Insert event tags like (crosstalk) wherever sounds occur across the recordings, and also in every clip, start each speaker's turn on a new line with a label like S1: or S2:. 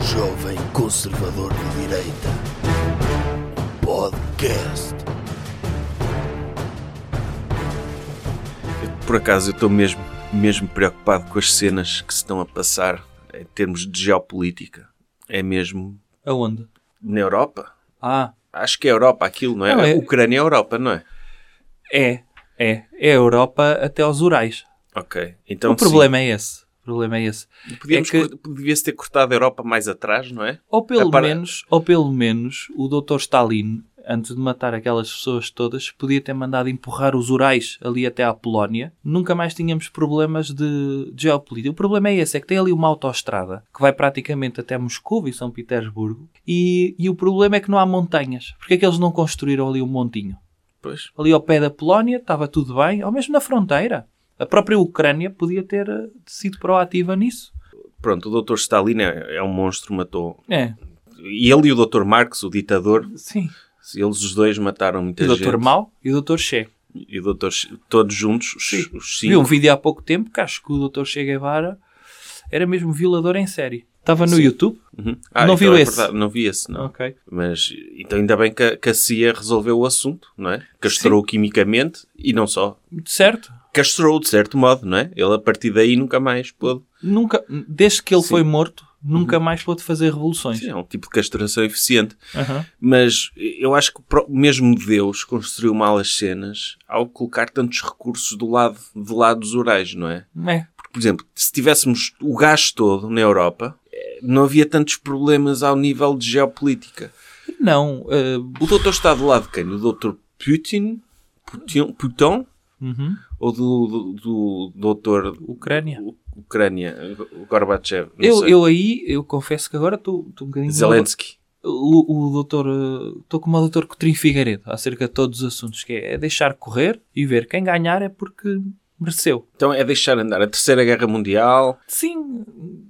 S1: jovem conservador de direita. Podcast.
S2: Por acaso eu estou mesmo, mesmo preocupado com as cenas que se estão a passar em termos de geopolítica. É mesmo
S3: Aonde?
S2: na Europa?
S3: Ah,
S2: Acho que é Europa aquilo, não é?
S3: Não, é-
S2: A Ucrânia é Europa, não é?
S3: é, é. É a Europa até aos Urais.
S2: Ok. Então,
S3: o problema é esse. O problema é esse.
S2: sim. Podíamos
S3: é que-
S2: cor- devia-se ter cortado a Europa mais atrás, não é?
S3: Ou pelo,
S2: É para-
S3: menos, ou pelo menos o Dr. Stalin, antes de matar aquelas pessoas todas, podia ter mandado empurrar os Urais ali até à Polónia. Nunca mais tínhamos problemas de, de geopolítica. O problema é esse, é que tem ali uma autoestrada que vai praticamente até Moscou e São Petersburgo. E, e o problema é que não há montanhas. Porque é que eles não construíram ali um montinho?
S2: Pois.
S3: ali ao pé da Polónia, estava tudo bem, ou mesmo na fronteira. A própria Ucrânia podia ter eh, sido proativa nisso.
S2: Pronto, o Dr. Stalin é, é um monstro, matou.
S3: É,
S2: E ele e o Dr. Marx, o ditador,
S3: sim.
S2: eles os dois mataram muita
S3: o
S2: gente.
S3: Dr. Mau e o Dr. Che.
S2: E o Dr. Che- Todos juntos, os,
S3: Sim.
S2: os
S3: Vi um
S2: cinco.
S3: vídeo há pouco tempo que acho que o Dr. Che Guevara era mesmo violador em série. Estava no
S2: Sim.
S3: YouTube.
S2: Uhum.
S3: Não viu
S2: é
S3: esse?
S2: verdade, Não vi esse, não.
S3: Ok.
S2: Mas então ainda bem que a, que a CIA resolveu o assunto, não é? Castrou quimicamente e não só.
S3: Certo?
S2: Castrou de certo modo, não é? Ele a partir daí nunca mais pôde.
S3: Nunca, desde que ele
S2: Sim. Uhum.
S3: foi morto, nunca mais pôde fazer revoluções.
S2: Sim, é um tipo de castração eficiente.
S3: Aham.
S2: Mas eu acho que o pró- mesmo Deus construiu mal as cenas ao colocar tantos recursos do lado, do lado dos orais, não é?
S3: É.
S2: Porque, por exemplo, se tivéssemos o gás todo na Europa, eh, não havia tantos problemas ao nível de geopolítica.
S3: Não. eh,
S2: O doutor está do lado de quem? O doutor Putin? Putin? Putin?
S3: uhum.
S2: ou do, do, do doutor
S3: Ucrânia.
S2: Ucrânia, o Gorbachev, não
S3: Eu,
S2: sei. é
S3: eu aí, eu confesso que agora estou estou um bocadinho...
S2: Zelensky.
S3: o, o doutor. Estou com o doutor Coutinho Figueiredo acerca de todos os assuntos, que é, é deixar correr e ver quem ganhar é porque mereceu.
S2: Então é deixar andar a Terceira Guerra Mundial.
S3: Sim,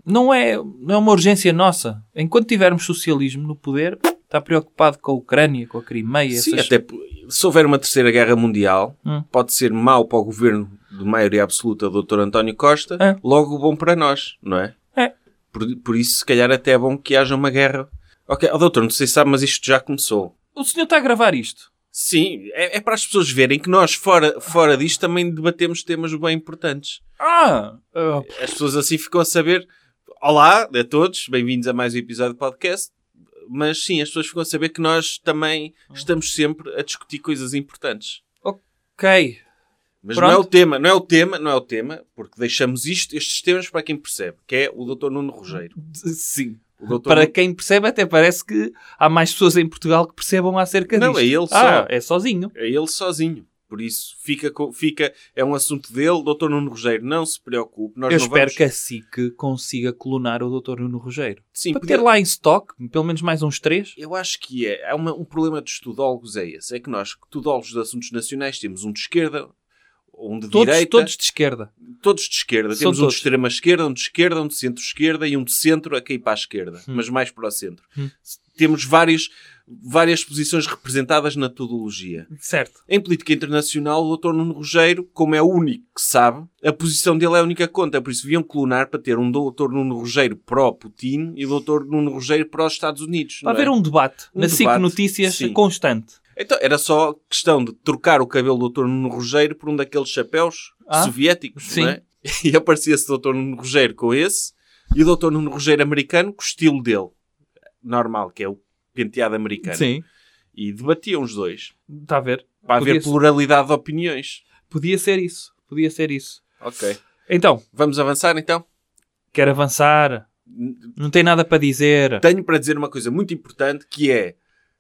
S3: não é, não é uma urgência nossa. Enquanto tivermos socialismo no poder, está preocupado com a Ucrânia, com a Crimeia.
S2: Sim,
S3: essas-
S2: até po- se houver uma Terceira Guerra Mundial,
S3: Hum.
S2: pode ser mau para o governo de maioria absoluta do Dr. António Costa,
S3: É.
S2: logo bom para nós, não é?
S3: É.
S2: Por, por isso, se calhar, até é bom que haja uma guerra. Ok, oh, doutor, não sei se sabe, mas isto já começou.
S3: O senhor está a gravar isto?
S2: Sim, é, é para as pessoas verem que nós, fora, fora disto, também debatemos temas bem importantes.
S3: Ah! ah,
S2: As pessoas assim ficam a saber. Olá a todos, bem-vindos a mais um episódio do podcast. Mas sim, as pessoas ficam a saber que nós também
S3: Uhum.
S2: estamos sempre a discutir coisas importantes.
S3: ok.
S2: Mas
S3: Pronto.
S2: não é o tema, não é o tema, não é o tema, porque deixamos isto, estes temas para quem percebe, que é o Dr. Nuno Rogeiro.
S3: Sim.
S2: O doutor
S3: Para
S2: Nuno-
S3: quem percebe, até parece que há mais pessoas em Portugal que percebam acerca
S2: Não,
S3: disto.
S2: é ele só.
S3: Ah, é sozinho.
S2: É ele sozinho. Por isso, fica, com- fica, é um assunto dele. Dr. Nuno Rogeiro, não se preocupe. Nós
S3: Eu
S2: não
S3: espero
S2: vamos...
S3: que a SIC consiga clonar o Dr. Nuno Rogério.
S2: Sim,
S3: para
S2: podia-
S3: ter lá em stock, pelo menos mais uns três.
S2: Eu acho que é. Há uma- um problema de estudólogos é esse. É que nós, estudólogos de assuntos nacionais, temos um de esquerda, um de
S3: Todos,
S2: direita.
S3: todos de esquerda.
S2: todos de esquerda.
S3: São
S2: temos um
S3: todos.
S2: de extrema esquerda, um de esquerda, um de centro-esquerda e um de centro a cair para a esquerda,
S3: Hum.
S2: mas mais para o centro.
S3: Hum.
S2: Temos várias, várias posições representadas na metodologia.
S3: Certo.
S2: Em política internacional, o Dr. Nuno Rogeiro, como é o único que sabe, a posição dele é a única que conta. Por isso, deviam colunar para ter um Dr. Nuno Rogeiro pró-Putin e o Dr. Nuno Rogeiro pró-Estados Unidos.
S3: Para
S2: não é?
S3: haver um debate
S2: Um
S3: na SIC
S2: debate,
S3: Notícias
S2: sim.
S3: constante.
S2: Então, era só questão de trocar o cabelo do Dr. Nuno Rogeiro por um daqueles chapéus
S3: Ah,
S2: soviéticos,
S3: sim.
S2: não é? (laughs) E aparecia-se o Dr. Nuno Rogeiro com esse e o Dr. Nuno Rogeiro americano com o estilo dele, normal, que é o penteado americano.
S3: Sim.
S2: E debatiam os dois
S3: Está a ver?
S2: para
S3: Podia
S2: haver
S3: ser.
S2: pluralidade de opiniões.
S3: Podia ser isso. Podia ser isso.
S2: Ok.
S3: Então,
S2: Vamos avançar então?
S3: quer avançar? Não tem nada para dizer.
S2: Tenho para dizer uma coisa muito importante que é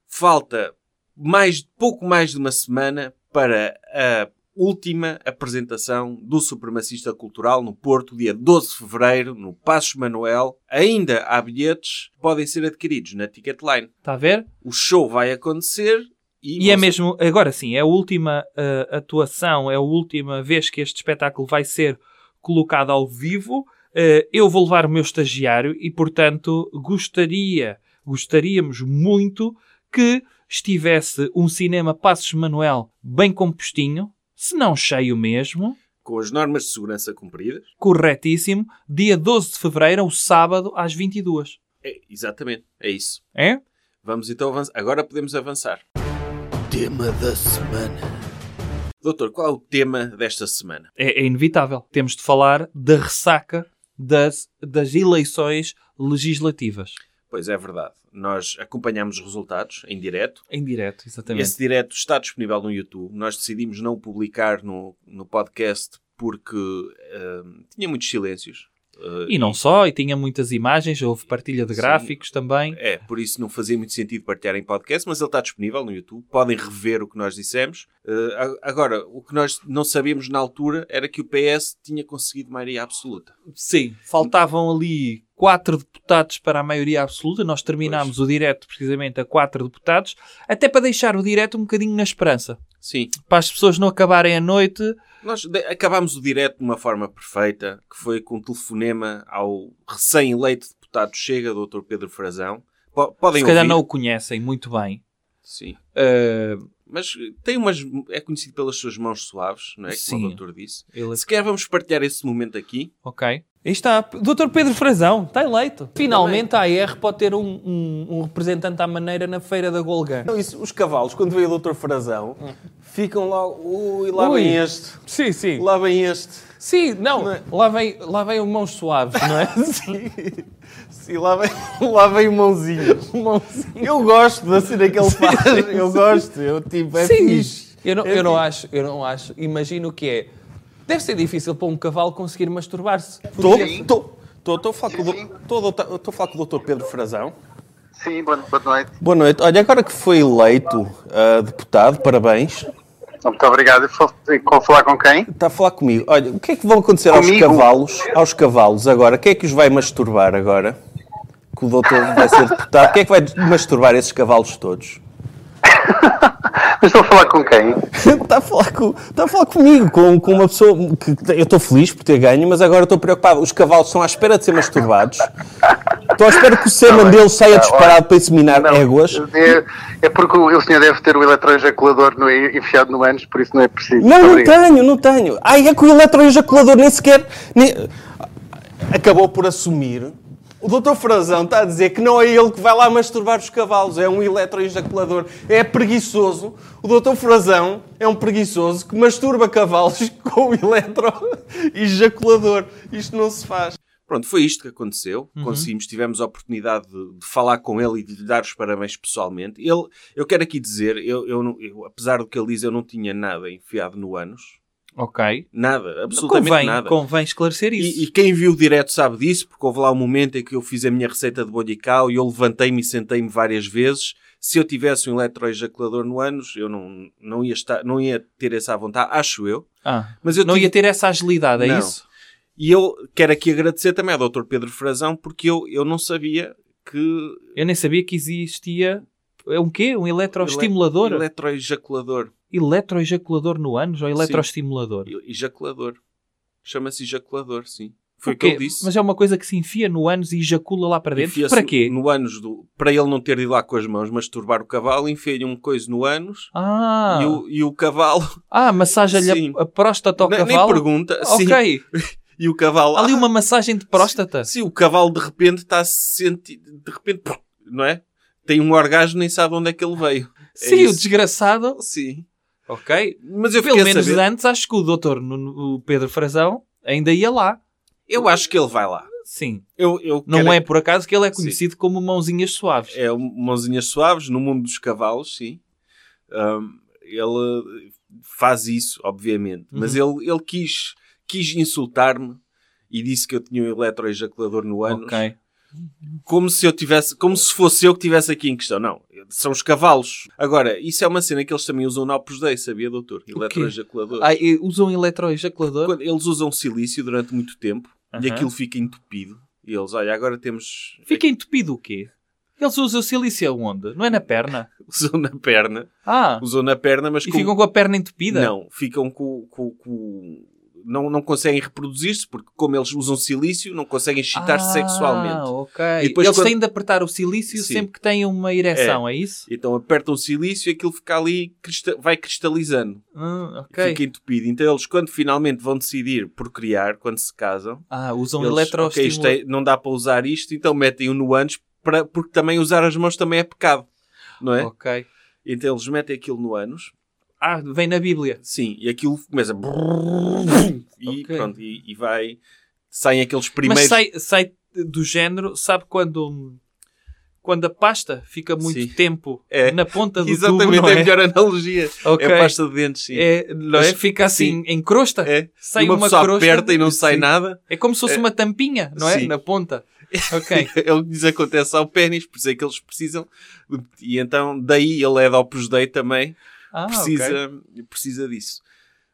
S2: falta mais, pouco mais de uma semana para a última apresentação do Supremacista Cultural no Porto, dia 12 de Fevereiro, no Passos Manuel. Ainda há bilhetes que podem ser adquiridos na Ticketline.
S3: Está a ver?
S2: O show vai acontecer e,
S3: E é
S2: você-
S3: mesmo, agora sim, é a última eh, atuação, é a última vez que este espetáculo vai ser colocado ao vivo. Eh, eu vou levar o meu estagiário e, portanto, gostaria, gostaríamos muito que estivesse um cinema Passos Manuel bem compostinho, se não cheio mesmo,
S2: com as normas de segurança cumpridas.
S3: corretíssimo, dia 12 de fevereiro, ao sábado, às 22.
S2: É, exatamente, é isso.
S3: É?
S2: Vamos então avançar. Agora podemos avançar.
S1: Tema da semana.
S2: Doutor, qual é o tema desta semana?
S3: É, é inevitável. Temos de falar da ressaca das, das eleições legislativas.
S2: Pois é verdade. Nós acompanhamos os resultados em direto.
S3: Em direto, exatamente.
S2: Esse direto está disponível no YouTube. Nós decidimos não o publicar no, no podcast porque eh, tinha muitos silêncios. Eh,
S3: E não só, e tinha muitas imagens, houve partilha de
S2: Sim.
S3: gráficos também.
S2: É, por isso não fazia muito sentido partilhar em podcast, mas ele está disponível no YouTube. Podem rever o que nós dissemos. Eh, a- agora, o que nós não sabíamos na altura era que o PS tinha conseguido maioria absoluta.
S3: Sim, faltavam ali quatro deputados para a maioria absoluta. Nós terminámos o direto precisamente a quatro deputados, até para deixar o direto um bocadinho na esperança.
S2: Sim.
S3: Para as pessoas não acabarem a noite.
S2: Nós de- acabámos o direto de uma forma perfeita, que foi com um telefonema ao recém-eleito deputado Chega, Dr. Pedro Frazão. Po- podem
S3: se calhar
S2: ouvir.
S3: não o conhecem muito bem.
S2: Sim.
S3: Ah,
S2: Mas eh, tem umas... É conhecido pelas suas mãos suaves, não é? Como
S3: Sim.
S2: o doutor disse.
S3: ele-
S2: Se calhar vamos partilhar esse momento aqui.
S3: Ok. Aí está. Doutor Pedro Frazão, está eleito. Finalmente a AR pode ter um, um- um representante à maneira na feira da Golgã.
S4: Não, isso, os cavalos, quando vem o Dr. Frazão, ficam lá. Ui, lá
S3: Ui.
S4: vem este.
S3: Sim, sim.
S4: Lá vem este.
S3: Sim, não. é? Lá vem, lá vem o mãos suaves, não (laughs) é?
S4: Sim. Sim, lá vem, (laughs) lá vem mãozinhas. Eu gosto da cena que ele faz. Eu gosto. Eu, tipo, é fixe.
S5: Eu não,
S4: É
S5: eu não
S4: fixe.
S5: acho, eu não acho. Imagino que é. Deve ser difícil para um cavalo conseguir masturbar-se.
S4: Estou a falar com o
S6: Sim, sim.
S4: doutor- tô a doutor- eu tô a falar com o Dr. Pedro Frazão.
S6: Sim, boa, boa noite.
S4: Boa noite. Olha, agora que foi eleito ah, deputado, parabéns.
S6: Muito obrigado. E fal- e com falar com quem?
S4: Está a falar comigo. Olha, o que é que vão acontecer aos
S6: Comigo?
S4: cavalos? Aos cavalos agora? Quem é que os vai masturbar agora? Que o doutor vai ser deputado. Quem é que vai masturbar esses cavalos todos?
S6: Mas estou a falar com quem?
S4: (laughs) Está Tá a falar, com, está a falar comigo, com, com uma pessoa que que eu estou feliz por ter ganho, mas agora estou preocupado. Os cavalos estão à espera de ser masturbados. Estou à espera que o
S6: Tá
S4: semen deles saia disparado para inseminar éguas.
S6: É, é porque o, o senhor deve ter o eletroejaculador no, enfiado no ânus, por isso não é preciso.
S4: Não,
S6: Muito
S4: não
S6: obrigado.
S4: tenho, não tenho. Ai, é que o eletroejaculador nem sequer. nem- Acabou por assumir. O doutor Frazão está a dizer que não é ele que vai lá masturbar os cavalos, é um eletroejaculador. É preguiçoso. O doutor Frazão é um preguiçoso que masturba cavalos (laughs) com o eletroejaculador. Isto não se faz.
S2: Pronto, foi isto que aconteceu. Conseguimos, tivemos a oportunidade de, de falar com ele e de lhe dar os parabéns pessoalmente. Ele, eu quero aqui dizer, eu, eu, não- eu- apesar do que ele diz, eu não tinha nada enfiado no ânus.
S3: Ok.
S2: Nada, absolutamente
S3: Convém,
S2: nada.
S3: convém esclarecer isso.
S2: E, e quem viu o direto sabe disso, porque houve lá um momento em que eu fiz a minha receita de bodical e eu levantei-me e sentei-me várias vezes. Se eu tivesse um eletroejaculador no ânus, eu não, não, ia estar, não ia ter essa à vontade, acho eu.
S3: Ah,
S2: Mas eu
S3: não
S2: tive-
S3: ia ter essa agilidade, é
S2: Não.
S3: isso?
S2: E eu quero aqui agradecer também ao Dr. Pedro Frazão, porque eu, eu não sabia que
S3: Eu nem sabia que existia. É um quê? Um eletroestimulador?
S2: Ele- Eletroejaculador.
S3: Eletroejaculador no ânus ou eletroestimulador?
S2: E- Ejaculador. Chama-se ejaculador, sim. Foi o
S3: O
S2: que
S3: quê?
S2: ele disse.
S3: Mas é uma coisa que se enfia no ânus e ejacula lá para dentro?
S2: Enfia-se
S3: Para quê?
S2: No ânus do... Para ele não ter de ir lá com as mãos masturbar o cavalo, enfia-lhe um coisa no ânus
S3: Ah,
S2: e, o, e o cavalo...
S3: ah massagem-lhe
S2: Sim.
S3: a, a próstata ao
S2: Nem- (laughs) nem,
S3: cavalo?
S2: pergunta. Sim.
S3: Ok,
S2: E o cavalo... ah,
S3: Há ali uma massagem de próstata.
S2: Sim, o cavalo de repente está a se sentir... De repente... Não é? Tem um orgasmo nem sabe onde é que ele veio.
S3: Sim, o
S2: isso.
S3: desgraçado.
S2: Sim.
S3: Ok.
S2: Mas eu
S3: Pelo
S2: fiquei a
S3: menos
S2: saber...
S3: antes, acho que o doutor Nuno- o Pedro Frazão ainda ia lá.
S2: Eu acho que ele vai lá.
S3: Sim.
S2: Eu, eu
S3: Não
S2: quero-
S3: é por acaso que ele é conhecido como Mãozinhas Suaves.
S2: É um- mãozinhas suaves no mundo dos cavalos, sim. Ahm, ele eh, faz isso, obviamente. Mas
S3: Uhum.
S2: ele, ele quis, quis insultar-me e disse que eu tinha um eletroejaculador no ânus.
S3: Ok.
S2: Como se eu tivesse, como se fosse eu que tivesse aqui em questão. Não, são os cavalos. Agora, isso é uma cena que eles também usam na Opus Dei, sabia, doutor? Eletroejaculador.
S3: Ah, e usam um eletroejaculador?
S2: Quando eles usam silício durante muito tempo e
S3: Aham.
S2: aquilo fica entupido. E eles, olha, agora temos.
S3: Fica entupido o quê? Eles usam silício onde? Não é na perna?
S2: (laughs) Usam na perna.
S3: Ah,
S2: Usam na perna, mas
S3: e
S2: com-
S3: ficam com a perna entupida?
S2: Não, ficam com. com- com- Não, não conseguem reproduzir-se, porque como eles usam silício, não conseguem excitar-se
S3: Ah,
S2: sexualmente.
S3: ok.
S2: E depois
S3: Eles
S2: quando-
S3: têm de apertar o silício
S2: Sim.
S3: sempre que têm uma ereção, é, isso?
S2: Então apertam o silício e aquilo fica ali, crista- vai cristalizando,
S3: Ah,
S2: e
S3: ok.
S2: fica entupido. Então eles, quando finalmente vão decidir por criar, quando se casam,
S3: Ah, usam
S2: eles, ok, isto
S3: eletroestimulador.
S2: é- não dá para usar isto, então metem-o no ânus para- porque também usar as mãos também é pecado, não é?
S3: Ok.
S2: Então eles metem aquilo no ânus,
S3: Ah, vem na Bíblia.
S2: sim, e aquilo começa e
S3: Ok.
S2: pronto, e, e vai saem aqueles primeiros
S3: Mas sai, sai do género, sabe quando, quando a pasta fica muito
S2: Sim.
S3: tempo
S2: É.
S3: na ponta
S2: (laughs)
S3: do
S2: Exatamente,
S3: tubo, não
S2: é a
S3: é?
S2: melhor analogia.
S3: Ok.
S2: É a pasta de dentes, sim.
S3: É, não é?
S2: Mas-
S3: Fica assim, em crosta.
S2: É.
S3: Sai
S2: e uma,
S3: uma
S2: pessoa
S3: crosta.
S2: aperta e não sai
S3: Sim.
S2: nada. (laughs)
S3: É como se fosse uma tampinha, não é?
S2: Sim.
S3: Na ponta.
S2: (laughs)
S3: Ok.
S2: É o que lhes acontece ao pênis, por isso é que eles precisam. E então, daí ele é de Opus Dei também,
S3: Ah, ok.
S2: precisa, precisa disso.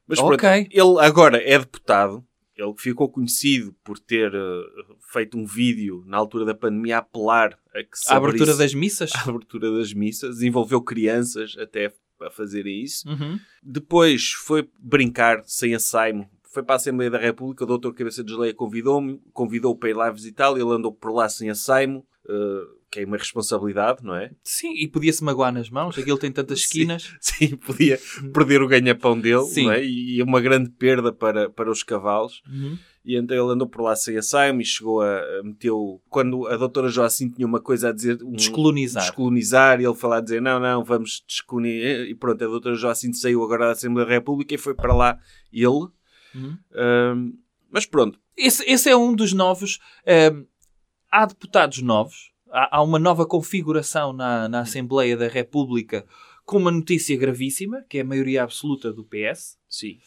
S2: Mas pronto,
S3: Ok.
S2: ele agora é deputado. Ele ficou conhecido por ter eh, feito um vídeo na altura da pandemia a apelar a que se
S3: A abertura
S2: abrisse
S3: das missas.
S2: (laughs) a abertura das missas, envolveu crianças até a fazerem isso.
S3: Uhum.
S2: Depois foi brincar sem ensaio. Foi para a Assembleia da República, o doutor Cabeça de Geleia convidou-me, convidou-o para ir lá visitá-lo, ele andou por lá sem assaimo, eh, que é uma responsabilidade, não é? (laughs)
S3: Sim, e podia-se magoar nas mãos, aquilo tem tantas
S2: Sim.
S3: esquinas.
S2: Sim, podia perder o ganha-pão dele,
S3: Sim.
S2: não é? E é uma grande perda para, para os cavalos.
S3: Uhum.
S2: E então ele andou por lá sem assaimo e chegou a, a meteu... Quando a doutora Joacim tinha uma coisa a dizer... Um,
S3: Descolonizar.
S2: descolonizar, e ele foi lá dizer não, não, vamos descolonizar e pronto, é a doutora Joacinto saiu agora da Assembleia da República e foi para lá ele
S3: Uhum.
S2: Ahm, mas pronto,
S3: Esse, esse é um dos novos. ehm, há deputados novos, há, há uma nova configuração na, na Assembleia da República com uma notícia gravíssima, que é a maioria absoluta do PS.
S2: sim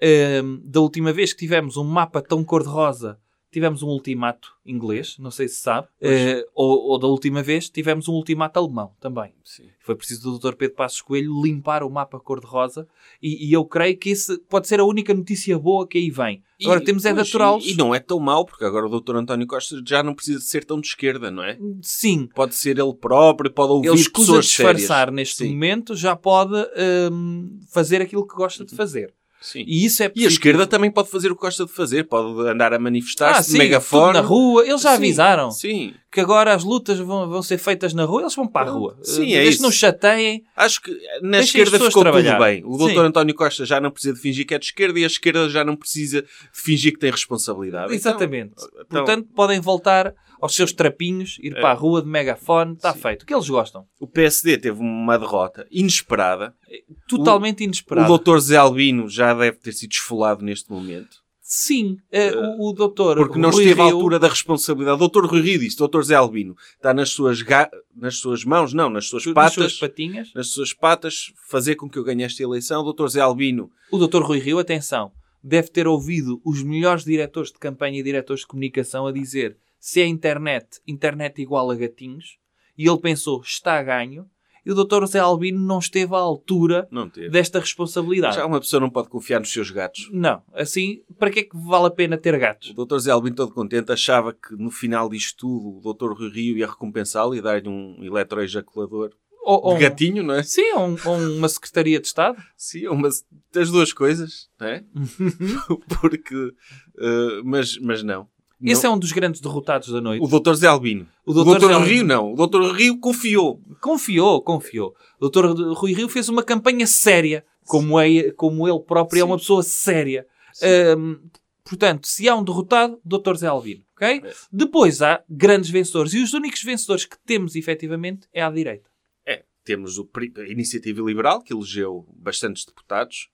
S3: Ehm, da última vez que tivemos um mapa tão cor-de-rosa, tivemos um ultimato inglês, não sei se sabe, Eh, ou, ou da última vez tivemos um ultimato alemão também. Foi preciso do Dr. Pedro Passos Coelho limpar o mapa cor-de-rosa e, e eu creio que esse pode ser a única notícia boa que aí vem. Agora
S2: E,
S3: temos é
S2: pois,
S3: natural.
S2: e, e não é tão mau, porque agora o doutor António Costa já não precisa de ser tão de esquerda, não é?
S3: Sim,
S2: Pode ser ele próprio, pode ouvir
S3: Uhum. ele escusa
S2: pessoas
S3: disfarçar
S2: sérias.
S3: neste
S2: Sim,
S3: momento, já pode ehm, fazer aquilo que gosta de fazer.
S2: sim. Uhum. E,
S3: E isso é
S2: a
S3: positivo.
S2: esquerda também pode fazer o que gosta de fazer, pode andar a
S3: ah,
S2: manifestar-se de
S3: sim,
S2: megafone.
S3: tudo na rua, eles já
S2: Sim,
S3: avisaram.
S2: Sim,
S3: que agora as lutas vão, vão ser feitas na rua, eles vão para a
S2: Pronto.
S3: rua.
S2: Sim,
S3: Eh,
S2: é
S3: desde
S2: isso. Ah,
S3: que não chateiem.
S2: Acho que eh, na
S3: Deixem as
S2: esquerda
S3: pessoas
S2: ficou
S3: trabalhar.
S2: tudo bem. O
S3: Sim.
S2: doutor António Costa já não precisa de fingir que é de esquerda e a esquerda já não precisa de fingir que tem responsabilidade. Então,
S3: Exatamente.
S2: então- É.
S3: Portanto, podem voltar aos seus trapinhos, ir para a rua de megafone, está feito. O que eles gostam.
S2: o PSD teve uma derrota inesperada.
S3: Totalmente inesperado.
S2: O doutor Zé Albino já deve ter sido esfolado neste momento.
S3: Sim, eh, o, o doutor.
S2: Porque não
S3: Rui
S2: esteve à
S3: Rio-
S2: altura da responsabilidade. O doutor Rui Rio disse, doutor Zé Albino, está nas suas, ga- nas suas mãos, não, nas suas
S3: nas
S2: patas.
S3: suas patinhas.
S2: nas suas patas, fazer com que eu ganhe esta eleição. O doutor Zé Albino
S3: O doutor Rui Rio, atenção, deve ter ouvido os melhores diretores de campanha e diretores de comunicação a dizer se é internet, internet igual a gatinhos. E ele pensou, está a ganho. E o doutor Zé Albino não esteve à altura
S2: não teve.
S3: desta responsabilidade.
S2: Já uma pessoa não pode confiar nos seus gatos.
S3: Não, assim, para que é que vale a pena ter gatos?
S2: O Dr. Zé Albino, todo contente, achava que no final disto tudo o Dr. Rui Rio ia recompensá-lo e dar-lhe um eletroejaculador
S3: Ou, ou
S2: de
S3: um,
S2: gatinho, não é?
S3: sim, ou, um- ou uma Secretaria de Estado?
S2: Sim, uma das duas coisas, não é?
S3: Uhum.
S2: (laughs) Porque. eh, mas, mas não.
S3: Esse é um dos grandes derrotados da noite.
S2: O Dr. Zé Albino.
S3: O
S2: O
S3: Dr.
S2: Dr.
S3: Zé Albino-
S2: Rio não. O Dr. Rio confiou.
S3: Confiou, confiou. O Dr. Rui Rio fez uma campanha séria, como, é, como ele próprio é uma pessoa séria. Ahm, portanto, se há um derrotado, Dr. Zé Albino, ok?
S2: É.
S3: Depois há grandes vencedores. E os únicos vencedores que temos, efetivamente, é à direita.
S2: É, temos o pri- a Iniciativa Liberal, que elegeu bastantes deputados,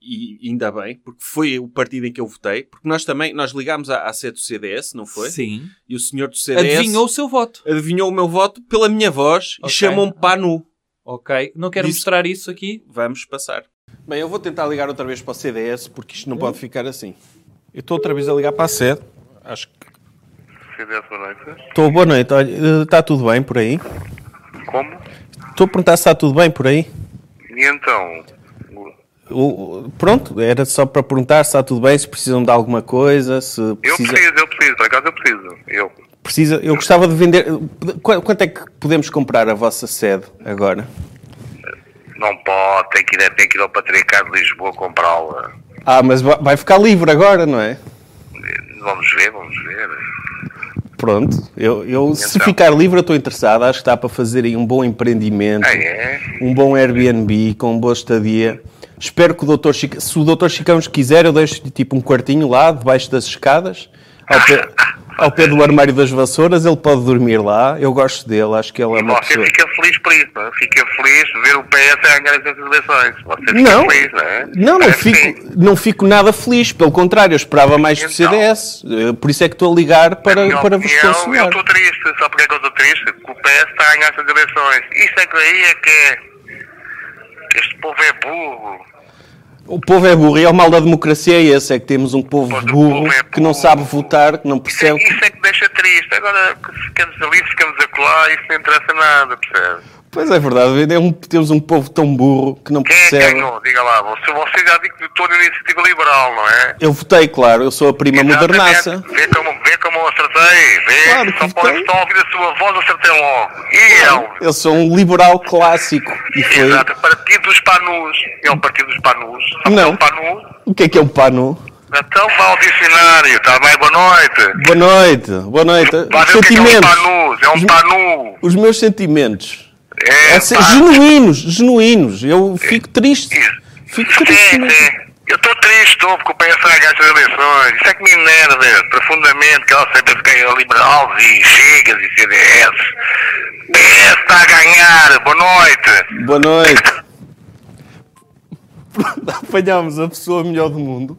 S2: e ainda bem, porque foi o partido em que eu votei, porque nós também, nós ligámos à, à sede do CDS, não foi?
S3: Sim.
S2: E o senhor do CDS...
S3: Adivinhou o seu voto.
S2: adivinhou o meu voto pela minha voz e
S3: Ok.
S2: chamou-me Panu.
S3: Ok. Não quero
S2: Disse-
S3: mostrar isso aqui.
S2: Vamos passar.
S4: Bem, eu vou tentar ligar outra vez para o CDS porque isto não pode ficar assim. Eu estou outra vez a ligar para a sede. Acho que.
S6: CDS, boa noite.
S4: Estou, boa noite. Olha, eh, está tudo bem por aí?
S6: Como?
S4: Estou a perguntar se está tudo bem por aí.
S6: E então?
S4: O- o- pronto, era só para perguntar se está tudo bem, se precisam de alguma coisa, se
S6: Eu
S4: precisa.
S6: preciso, eu preciso, por acaso eu preciso. Eu.
S4: precisa eu gostava de vender. Qu- Quanto é que podemos comprar a vossa sede agora?
S6: Não pode, tem que ir, tem que ir ao Patriarcado de Lisboa comprá-la.
S4: Ah, mas va- vai ficar livre agora, não é?
S6: Vamos ver, vamos ver.
S4: Pronto, eu, eu se
S6: Então.
S4: ficar livre eu estou interessado, acho que dá para fazer aí um bom empreendimento.
S6: Ah, é?
S4: um bom Airbnb, com uma boa estadia. Espero que o Dr. Chica... tipo um
S7: (laughs)
S4: Se o Dr. Chicão quiser, eu deixo tipo um quartinho lá, debaixo das escadas, ao pé, ao pé do armário das vassouras, ele pode dormir lá. Eu gosto dele, acho que ele é
S7: E
S4: uma
S7: você
S4: pessoa.
S7: fica feliz por isso, não é? Fica feliz de ver o PS a ganhar essas eleições. Você fica
S4: Não.
S7: feliz, não é?
S4: Não, não
S7: Parece que sim.
S4: fico, não fico nada feliz. Pelo contrário, eu esperava mais do
S7: Então.
S4: CDS. Eh, Por isso é que estou a ligar
S7: Na
S4: para,
S7: minha
S4: para vos
S7: opinião, Eu
S4: consolar.
S7: estou triste, sabe porque é que eu estou triste? Que o PS está a ganhar essas eleições. Isso é que aí é que é. Este povo é burro.
S4: O povo é burro e é o mal da democracia é esse. É que temos um povo
S7: Mas o
S4: burro
S7: povo é
S4: que não
S7: burro.
S4: sabe votar, que não
S7: Isso é,
S4: percebe.
S7: isso é que deixa triste. Agora, que ficamos ali, ficamos acolá, isso não interessa nada, percebe?
S4: Pois é verdade, é um- temos um povo tão burro que não
S7: Quem é que
S4: percebe.
S7: ganhou? Diga lá, você, você já disse que votou na iniciativa liberal, não é?
S4: Eu votei, claro, eu sou a prima modernaça.
S7: Exatamente. Vê como, vê como eu acertei. Vê.
S4: Claro que
S7: Só pode
S4: tem.
S7: estar a ouvir a sua voz, acertei logo. E eu?
S4: Eu sou um liberal clássico e foi.
S7: Exato. Partido dos Panus. É o Partido dos Panus. Sabe
S4: Não.
S7: o que é o Panus?
S4: O que é que é um pano?
S7: Então vá ao dicionário. Está bem? Boa noite.
S4: Boa noite, boa noite.
S7: Vá
S4: Os
S7: ver o que é, que é um
S4: sentimentos,
S7: Panus. É um Panu.
S4: os meus sentimentos.
S7: É,
S4: É ser-
S7: pá.
S4: genuínos, genuínos. Eu fico triste. Fico triste.
S2: né?
S7: Sim,
S4: mesmo.
S7: sim. Eu estou triste, estou, porque o PS ganha as eleições. Isso é que me enerva profundamente, que ela sempre fica liberal e chegas e CDS. PS está a ganhar, tá boa noite.
S4: Boa noite. Apanhámos a pessoa melhor do mundo.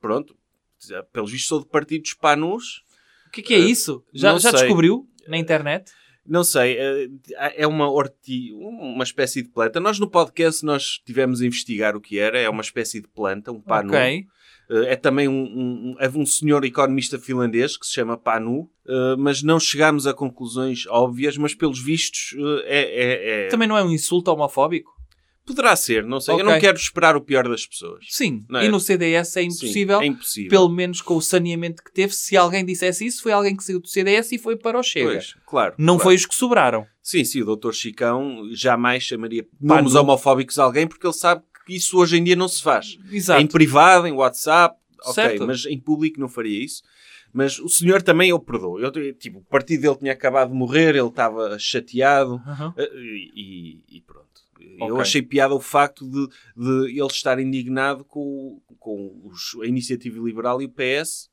S2: Pronto, já, pelos vistos sou de partidos panus.
S3: O que é, que é isso? Já,
S2: Eh, Não
S3: já
S2: sei.
S3: descobriu na internet?
S2: Não sei, eh, é uma orti... uma espécie de planta. Nós no podcast nós tivemos a investigar o que era. É uma espécie de planta, um panu.
S3: Ok.
S2: Eh, É também um, um, um- houve um senhor economista finlandês que se chama Panu, eh, mas não chegámos a conclusões óbvias, mas pelos vistos eh, é, é- é-
S3: Também não é um insulto homofóbico?
S2: poderá ser, não sei. Eu
S3: Ok.
S2: não quero esperar o pior das pessoas.
S3: Sim.
S2: Não é?
S3: E no CDS é
S2: Sim,
S3: impossível,
S2: é impossível.
S3: pelo menos com o saneamento que teve, se alguém dissesse isso, foi alguém que saiu do CDS e foi para é o Chega.
S2: Pois, claro.
S3: Não
S2: claro.
S3: foi os que sobraram.
S2: Sim, sim, o doutor Chicão jamais chamaria
S3: Panu.
S2: nomes homofóbicos a alguém porque ele sabe que isso hoje em dia não se faz.
S3: Exato.
S2: Em privado, em WhatsApp, ok,
S3: Certo.
S2: mas em público não faria isso. Mas o senhor também eu perdoo. Eu, tipo, o partido dele tinha acabado de morrer, ele estava chateado
S3: Aham.
S2: eh, e, e pronto. Eu
S3: Ok.
S2: achei piada o facto de, de ele estar indignado com, com os- a Iniciativa Liberal e o PS,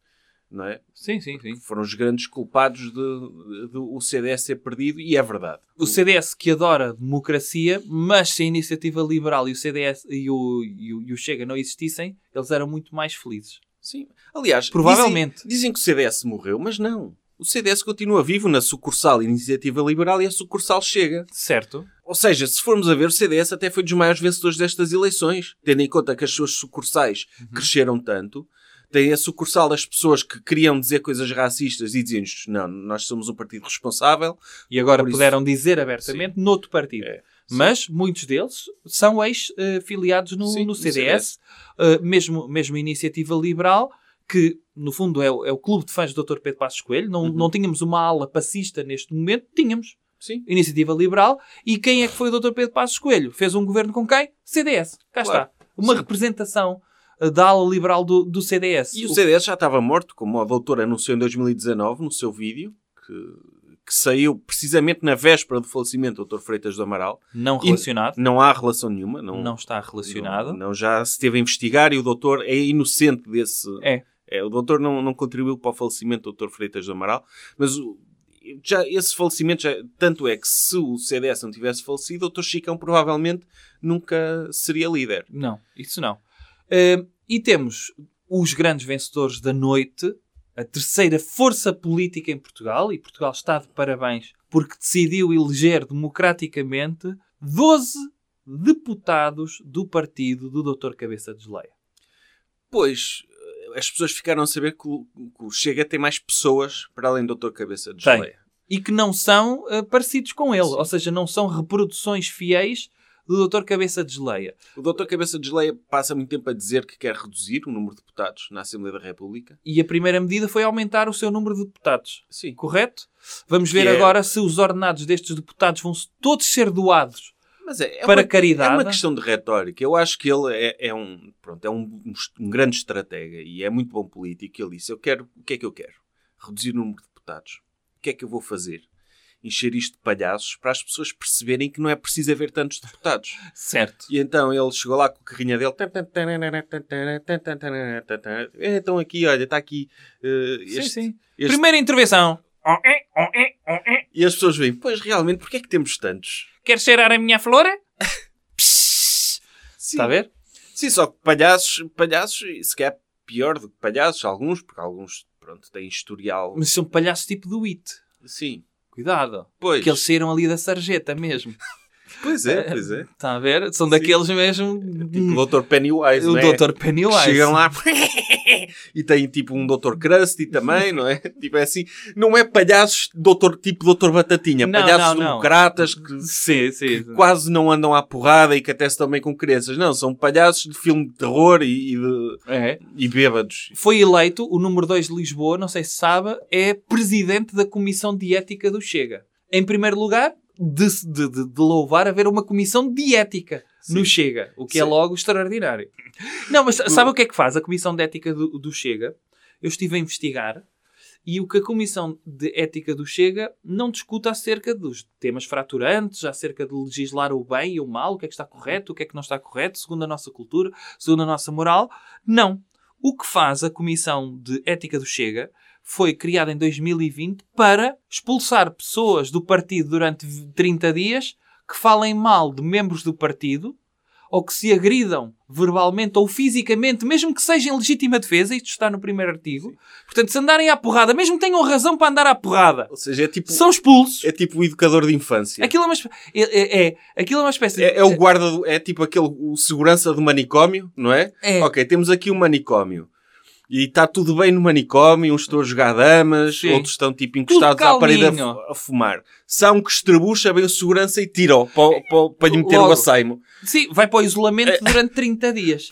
S2: não é?
S3: Sim, sim, sim.
S2: que foram os grandes culpados de, de- de o CDS ser perdido, e é verdade.
S3: O CDS que adora democracia, mas se a iniciativa liberal e o CDS e o, e o, e o Chega não existissem, eles eram muito mais felizes.
S2: Sim. Aliás,
S3: Provavelmente.
S2: Dizem, dizem que o CDS morreu, mas não. O CDS continua vivo na sucursal Iniciativa Liberal e a sucursal chega.
S3: Certo?
S2: Ou seja, se formos a ver, o CDS até foi dos maiores vencedores destas eleições, tendo em conta que as suas sucursais
S3: Uhum.
S2: cresceram tanto. Tem a sucursal das pessoas que queriam dizer coisas racistas e diziam-nos: não, nós somos um partido responsável.
S3: E agora
S2: Por isso-
S3: puderam dizer abertamente noutro partido.
S2: É, sim.
S3: Mas muitos deles são ex-filiados no,
S2: Sim,
S3: no
S2: no
S3: CDS, eh, mesmo, mesmo a iniciativa liberal, que no fundo é o, é o clube de fãs do Dr. Pedro Passos Coelho.
S2: Uhum.
S3: Não, não tínhamos uma ala passista neste momento, tínhamos.
S2: Sim.
S3: Iniciativa Liberal. E quem é que foi o Dr. Pedro Passos Coelho? Fez um governo com quem? CDS. Cá
S2: Claro.
S3: está. Uma representação eh, da ala liberal do, do CDS.
S2: E
S3: O-
S2: o CDS já estava morto, como o doutor anunciou em 2019 no seu vídeo, que, que saiu precisamente na véspera do falecimento do Dr. Freitas do Amaral.
S3: não relacionado.
S2: Não há relação nenhuma. Não,
S3: Não está relacionado.
S2: Não, não, já se teve a investigar e o doutor é inocente desse.
S3: É.
S2: o doutor não, não contribuiu para o falecimento do Dr. Freitas do Amaral, mas o- já esse falecimento, já- tanto é que se o CDS não tivesse falecido, o Dr. Chicão provavelmente nunca seria líder.
S3: Não, isso não. Ahm, e temos os grandes vencedores da noite, a terceira força política em Portugal, e Portugal está de parabéns porque decidiu eleger democraticamente 12 deputados do partido do Dr. Cabeça de Geleia.
S2: Pois, eh, as pessoas ficaram a saber que o, que o Chega tem mais pessoas para além do Dr. Cabeça de
S3: Tem.
S2: Geleia.
S3: E que não são ah, parecidos com ele, ou seja, não são reproduções fiéis do Dr. Cabeça de Geleia.
S2: O Dr. Cabeça de Geleia passa muito tempo a dizer que quer reduzir o número de deputados na Assembleia da República.
S3: E a primeira medida foi aumentar o seu número de deputados.
S2: Sim.
S3: correto? Vamos
S2: Que
S3: ver
S2: é-
S3: agora se os ordenados destes deputados vão -se todos ser doados.
S2: Mas é, é
S3: Para
S2: uma,
S3: caridade.
S2: É uma questão de retórica. Eu acho que ele é, é um, pronto, é um, um est- um grande estratega e é muito bom político. Ele disse: Eu quero, o que é que eu quero? Reduzir o número de deputados. O que é que eu vou fazer? encher isto de palhaços para as pessoas perceberem que não é preciso haver tantos deputados.
S3: Certo.
S2: E então ele chegou lá com a carrinha dele. Então aqui, olha, está aqui. eh, este-
S3: sim, sim.
S2: este-
S3: Primeira intervenção. Oh, é, oh, é, oh, é.
S2: E as pessoas veem, pois realmente, porque é que temos tantos?
S3: Quer cheirar a minha
S2: (laughs)
S3: flora? Está a ver?
S2: Tá Sim, só que palhaços, palhaços, se calhar pior do que palhaços, alguns, porque alguns, pronto, têm historial.
S3: Mas são palhaços tipo do IT.
S2: Sim,
S3: Cuidado.
S2: pois.
S3: Que eles Eh, saíram ali da sarjeta mesmo.
S2: Pois é, pois
S3: (laughs)
S2: é.
S3: Está a ver? São daqueles mesmo.
S2: Tipo o Dr. Pennywise,
S3: o
S2: não é?
S3: Dr. Pennywise.
S2: Chegam lá (laughs) e têm tipo um Dr. Krusty também, não é? Tipo é assim, não é palhaços doutor, tipo Dr. Batatinha,
S3: Não,
S2: palhaços
S3: não, não.
S2: democratas que
S3: Sim, sim. sim.
S2: quase não andam à porrada e que até se dão bem com crianças. Não, são palhaços de filme de terror e, e, de-
S3: É.
S2: e bêbados.
S3: Foi eleito o número 2 de Lisboa, não sei se sabe, é presidente da Comissão de Ética do Chega. Em primeiro lugar, de, de, de, de louvar haver uma comissão de ética no Chega, o que é
S2: Sim.
S3: logo extraordinário.
S2: (laughs)
S3: Não, mas sabe o que é que faz a Comissão de Ética do, do Chega? Eu estive a investigar e o que a Comissão de Ética do Chega não discute acerca dos temas fraturantes, acerca de legislar o bem e o mal, o que é que está correto, o que é que não está correto, segundo a nossa cultura, segundo a nossa moral. Não. O que faz a Comissão de Ética do Chega foi criada em 2020 para expulsar pessoas do partido durante 30 dias que falem mal de membros do partido ou que se agridam verbalmente ou fisicamente, mesmo que seja em legítima defesa, isto está no primeiro artigo. Portanto, se andarem à porrada, mesmo que tenham razão para andar à porrada,
S2: Ou seja, é tipo,
S3: são expulsos.
S2: é tipo o educador de infância.
S3: Aquilo é uma, espé- é, é- é- aquilo é uma espécie de...
S2: É, é o guarda, do- é tipo aquele o segurança do manicômio, não é?
S3: É.
S2: Ok, temos aqui um manicômio. E está tudo bem no manicômio, uns estão a jogar damas,
S3: Sim.
S2: outros estão tipo encostados à parede a, fu-
S3: calminho.
S2: a fumar. São um que estrebucha bem o segurança e tira-o para, para, para lhe meter
S3: Logo.
S2: o assaimo.
S3: Sim, vai para o isolamento durante 30 dias.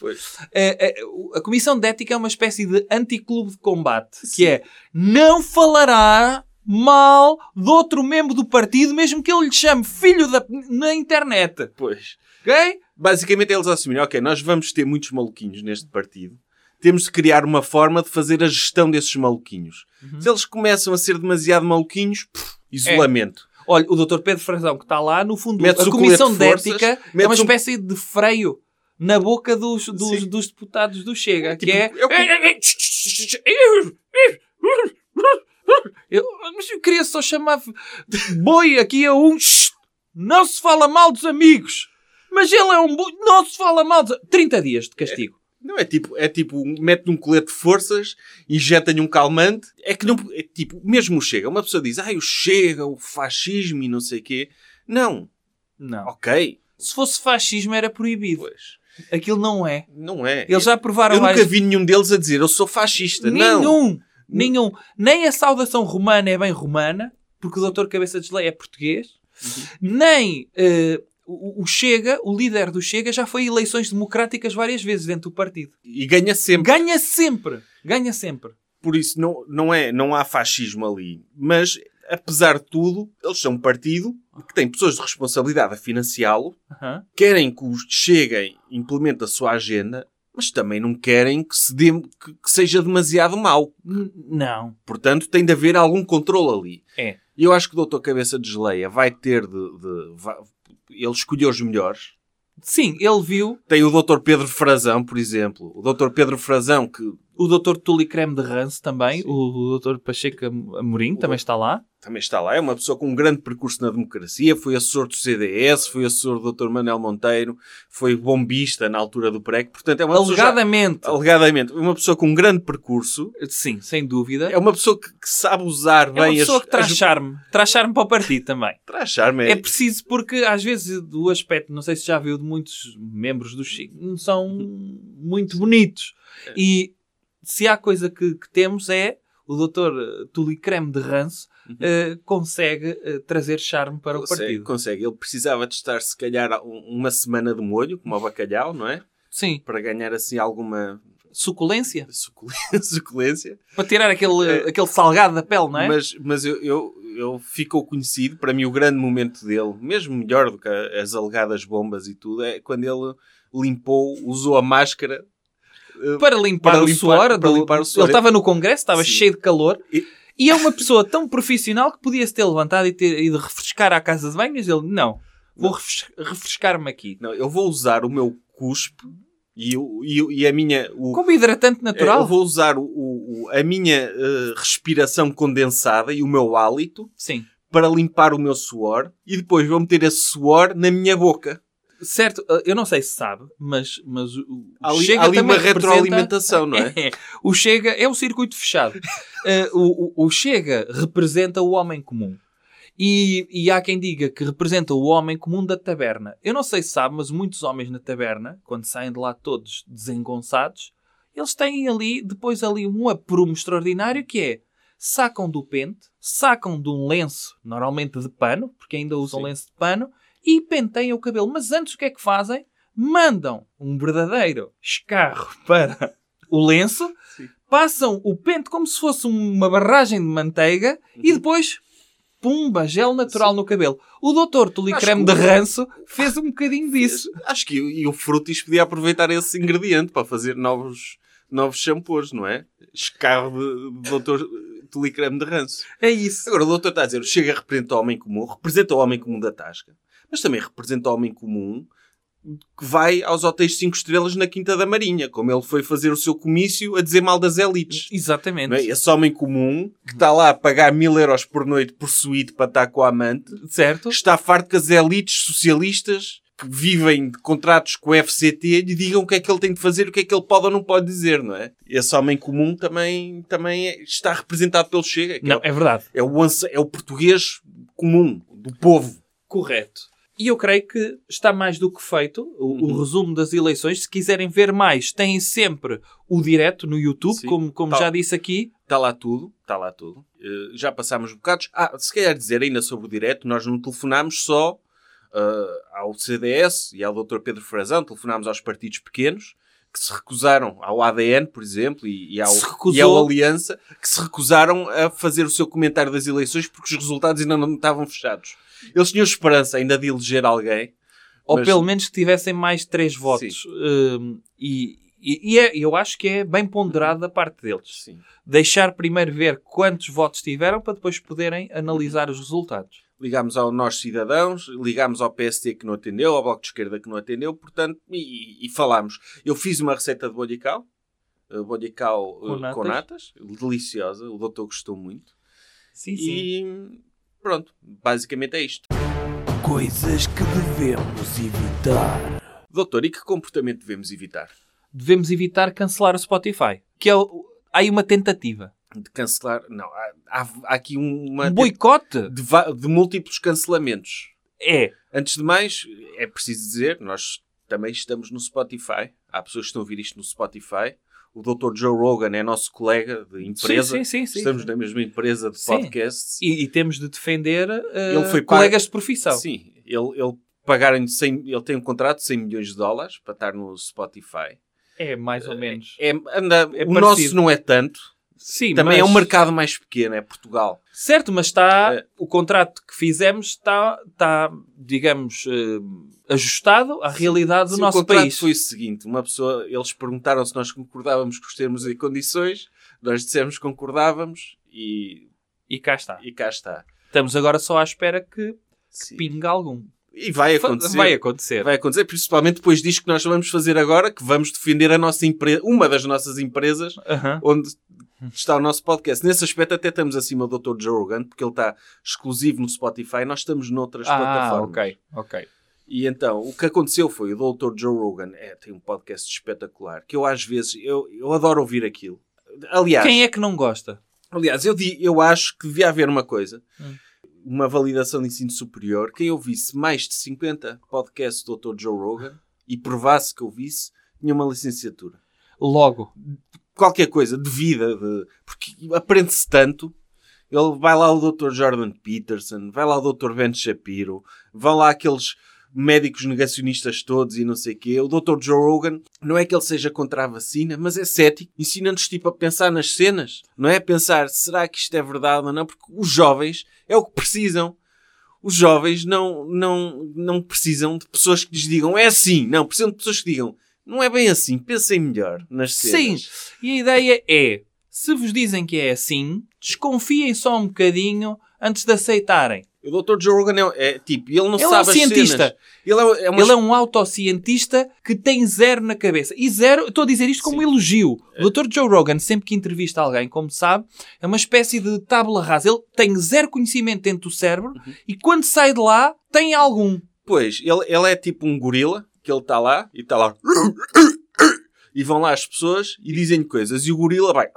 S3: É, é, o- a Comissão de Ética é uma espécie de anticlube de combate, que é não falará mal de outro membro do partido, mesmo que ele lhe chame filho da, na internet.
S2: Pois.
S3: Ok?
S2: Basicamente é eles assumiram, ok, nós vamos ter muitos maluquinhos neste partido. Temos de criar uma forma de fazer a gestão desses maluquinhos.
S3: Uhum.
S2: Se eles começam a ser demasiado maluquinhos, pff,
S3: É.
S2: isolamento.
S3: Olha, o Dr. Pedro Frazão, que está lá, no fundo,
S2: Metes
S3: a
S2: o
S3: Comissão de,
S2: colete de forças,
S3: Ética é
S2: metes
S3: uma
S2: um-
S3: espécie de freio na boca dos, dos,
S2: Sim.
S3: dos deputados do Chega,
S2: tipo,
S3: que é...
S2: eu-
S3: Eu, mas eu queria só chamar boi aqui a um... Não se fala mal dos amigos. Mas ele é um boi... Não se fala mal dos... 30 dias de castigo.
S2: Não, é tipo, é tipo, mete-lhe um colete de forças, injeta-lhe um calmante. É que não, é tipo, mesmo o Chega, uma pessoa diz, ai, o Chega, o fascismo e não sei quê. Não,
S3: Não.
S2: ok,
S3: Se fosse fascismo era proibido.
S2: pois,
S3: Aquilo não é.
S2: não é.
S3: Eles já provaram
S2: Eu nunca
S3: mais-
S2: vi nenhum deles a dizer, eu sou fascista. Não.
S3: Nenhum. Nenhum. Nem a saudação romana é bem romana, porque o doutor Cabeça de Geleia é português.
S2: Uhum.
S3: Nem eh, o, o Chega, o líder do Chega, já foi a eleições democráticas várias vezes dentro do partido.
S2: E ganha sempre.
S3: Ganha sempre. Ganha sempre.
S2: Por isso, não, não, é, não há fascismo ali. Mas, apesar de tudo, eles são um partido que tem pessoas de responsabilidade a financiá-lo,
S3: Aham.
S2: querem que os cheguem, implementem a sua agenda, mas também não querem que, se dê- que- que seja demasiado mau.
S3: N- Não.
S2: Portanto, tem de haver algum controle ali.
S3: É.
S2: E eu acho que o Doutor Cabeça de Geleia vai ter de... de- va- ele escolheu os melhores.
S3: Sim, ele viu
S2: Tem o Doutor Pedro Frazão, por exemplo. O Doutor Pedro Frazão, que
S3: o doutor Tuli Creme de Rance também, o doutor Pacheco Am- Amorim também está lá.
S2: também está lá, é uma pessoa com um grande percurso na democracia, foi assessor do CDS, foi assessor do Dr. Manuel Monteiro, foi bombista na altura do PREC. Portanto, é uma pessoa já-
S3: Alegadamente.
S2: alegadamente, uma pessoa com um grande percurso,
S3: Sim, sem dúvida.
S2: É uma pessoa que, que sabe usar
S3: É uma
S2: bem
S3: pessoa
S2: as,
S3: que traz
S2: as...
S3: charme. Traz charme para o partido também.
S2: Traz charme. É,
S3: É preciso porque às vezes o aspecto, não sei se já viu de muitos membros do Chico, não são muito bonitos.
S2: É.
S3: E se há coisa que, que temos é o doutor Tuli Creme de Ranço eh, consegue eh, trazer charme para o
S2: Uhum. consegue,
S3: partido.
S2: consegue. Ele precisava de estar, se calhar, um- uma semana de molho, como ao bacalhau, não é?
S3: Sim,
S2: Para ganhar, assim, alguma (laughs)
S3: suculência.
S2: sucul- suculência.
S3: Para tirar aquele,
S2: É.
S3: aquele salgado da pele, não é?
S2: Mas, mas eu, eu, eu ficou conhecido, para mim, o grande momento dele, mesmo melhor do que a- as alegadas bombas e tudo, é quando ele limpou, usou a máscara.
S3: para limpar,
S2: para
S3: o
S2: limpar-
S3: suor.
S2: para
S3: do-
S2: limpar o suor.
S3: Ele estava no congresso, estava
S2: Sim.
S3: cheio de calor.
S2: E-
S3: E é uma pessoa tão profissional que podia-se ter levantado e ter ido refrescar à casa de banho, mas ele, não, vou refres- refrescar-me aqui.
S2: Não, eu vou usar o meu cuspe e, o- e, o- e a minha. O, É,
S3: Como hidratante
S2: Eu
S3: natural.
S2: vou usar o- o- o- a minha eh, respiração condensada e o meu hálito
S3: Sim.
S2: para limpar o meu suor e depois vou meter esse suor na minha boca.
S3: Certo, uh, eu não sei se sabe, mas, mas o- o
S2: Há ali,
S3: Chega
S2: há ali uma
S3: também representa-
S2: retroalimentação,
S3: (laughs)
S2: não (laughs) é?
S3: É. O Chega é um circuito fechado. Eh, o, o- o Chega representa o homem comum. E, e há quem diga que representa o homem comum da taberna. Eu não sei se sabe, mas muitos homens na taberna, quando saem de lá todos desengonçados, eles têm ali, depois ali um aprumo extraordinário que é sacam do pente, sacam de um lenço, normalmente de pano, porque ainda usam lenço de pano, e penteiam o cabelo. Mas antes o que é que fazem? Mandam um verdadeiro escarro (laughs) para o lenço, passam o pente como se fosse uma barragem de manteiga e depois, pumba, gel natural no cabelo. O doutor Tulicreme de ranço fez um bocadinho disso.
S2: Acho que e o Frutis podia aproveitar esse ingrediente para fazer novos, novos shampoos, não é? Escarro de, de doutor Tulicreme de ranço.
S3: É isso.
S2: Agora, o doutor está a dizer, chega representa o homem comum, representa o homem comum da Tasca, mas também representa o homem comum que vai aos hotéis 5 estrelas na Quinta da Marinha, como ele foi fazer o seu comício a dizer mal das elites. Não é?
S3: Exatamente.
S2: Esse homem comum que está lá a pagar mil euros por noite por suíte para estar com a amante,
S3: Certo?
S2: está farto que as elites socialistas que vivem de contratos com o FCT lhe digam o que é que ele tem de fazer, o que é que ele pode ou não pode dizer, não é? Esse homem comum também, também é- está representado pelo Chega. que é
S3: Não, é verdade.
S2: é o, anse- é o português comum, do povo.
S3: Correto. Uhum. E eu creio que está mais do que feito o, o resumo das eleições. Se quiserem ver mais, têm sempre o direto no YouTube,
S2: Sim.
S3: como, como
S2: Tá.
S3: já disse aqui.
S2: Está lá tudo, está lá tudo. Eh, já passámos bocados. Ah, se calhar dizer ainda sobre o direto, nós não telefonámos só eh, ao CDS e ao Dr. Pedro Frazão, telefonámos aos partidos pequenos que se recusaram ao ADN, por exemplo, e, e ao,
S3: Se recusou.
S2: e ao Aliança, que se recusaram a fazer o seu comentário das eleições porque os resultados ainda não estavam fechados. Eles tinham esperança ainda de eleger alguém.
S3: Ou
S2: mas-
S3: pelo menos que tivessem mais três votos. Hum, e e- e é- eu acho que é bem ponderado da parte deles.
S2: Sim.
S3: Deixar primeiro ver quantos votos tiveram para depois poderem analisar os resultados.
S2: ligámos ao Nós Cidadãos, ligámos ao PST que não atendeu, ao Bloco de Esquerda que não atendeu, portanto, e, e- e falámos. Eu fiz uma receita de bolhical, eh, bolhical eh,
S3: Com natas.
S2: com natas, deliciosa, o doutor gostou muito.
S3: Sim,
S2: E pronto, basicamente é isto.
S1: Coisas que devemos evitar.
S2: Doutor, e que comportamento devemos evitar?
S3: Devemos evitar cancelar o Spotify. Que é o- há aí uma tentativa.
S2: De cancelar? Não, há, há- há aqui uma...
S3: Um boicote?
S2: de, va- de múltiplos cancelamentos.
S3: É.
S2: Antes de mais, é preciso dizer, nós também estamos no Spotify. Há pessoas que estão a ouvir isto no Spotify. O Dr. Joe Rogan é nosso colega de empresa.
S3: Sim, sim, sim, sim.
S2: Estamos na mesma empresa de
S3: Sim.
S2: podcasts.
S3: E, e temos de defender eh,
S2: Ele foi pago-
S3: colegas de profissão.
S2: Sim, ele, ele pagaram 100, ele tem um contrato de 100 milhões de dólares para estar no Spotify.
S3: É, mais ou menos.
S2: É, anda,
S3: É
S2: o
S3: parecido.
S2: nosso não é tanto.
S3: Sim,
S2: Também é
S3: mas-
S2: um mercado mais pequeno, é Portugal.
S3: Certo, mas está.
S2: É.
S3: O contrato que fizemos está, está digamos, eh, ajustado à realidade do
S2: Sim, o
S3: nosso
S2: contrato
S3: país.
S2: foi o seguinte: uma pessoa, eles perguntaram se nós concordávamos com os termos e condições, nós dissemos que concordávamos e,
S3: E cá está.
S2: e cá está.
S3: Estamos agora só à espera que
S2: Sim.
S3: pinga algum.
S2: E vai acontecer.
S3: Vai acontecer.
S2: Vai acontecer, principalmente depois disto que nós vamos fazer agora, que vamos defender a nossa empresa, uma das nossas empresas,
S3: Aham.
S2: onde está o nosso podcast. Nesse aspecto até estamos acima do Dr. Joe Rogan, porque ele está exclusivo no Spotify, nós estamos noutras
S3: Ah,
S2: plataformas.
S3: ok, ok.
S2: E então, o que aconteceu foi, o Dr. Joe Rogan é, tem um podcast espetacular, que eu às vezes, eu, eu adoro ouvir aquilo. Aliás,
S3: Quem é que não gosta?
S2: Aliás, eu, di- eu acho que devia haver uma coisa.
S3: Hum.
S2: Uma validação de ensino superior. Quem ouvisse mais de 50 podcasts do Dr. Joe Rogan e provasse que ouvisse, tinha uma licenciatura.
S3: Logo.
S2: Qualquer coisa, de vida, de- porque aprende-se tanto. Ele vai lá o Dr. Jordan Peterson, vai lá o Dr. Ben Shapiro, vão lá aqueles médicos negacionistas todos e não sei o quê. O Dr. Joe Rogan, não é que ele seja contra a vacina, mas é cético. Ensina-nos, tipo, a pensar nas cenas. Não é a pensar, será que isto é verdade ou não? Porque os jovens é o que precisam. Os jovens não, não, não precisam de pessoas que lhes digam, é assim. Não, precisam de pessoas que digam, não é bem assim, pensem melhor nas cenas.
S3: Sim. E a ideia é: Se vos dizem que é assim, desconfiem só um bocadinho antes de aceitarem.
S2: O Dr. Joe Rogan é, é tipo, ele não
S3: Ele é
S2: sabe
S3: um
S2: as
S3: cientista.
S2: cenas. Ele é, é uma
S3: Ele é um autocientista que tem zero na cabeça. E zero, estou a dizer isto como um elogio.
S2: É.
S3: O Dr. Joe Rogan, sempre que entrevista alguém, como sabe, é uma espécie de tábula rasa. Ele tem zero conhecimento dentro do cérebro
S2: Uhum.
S3: e quando sai de lá, tem algum.
S2: Pois, ele, ele é tipo um gorila, que ele está lá e está lá. E vão lá as pessoas e dizem coisas. E o gorila vai.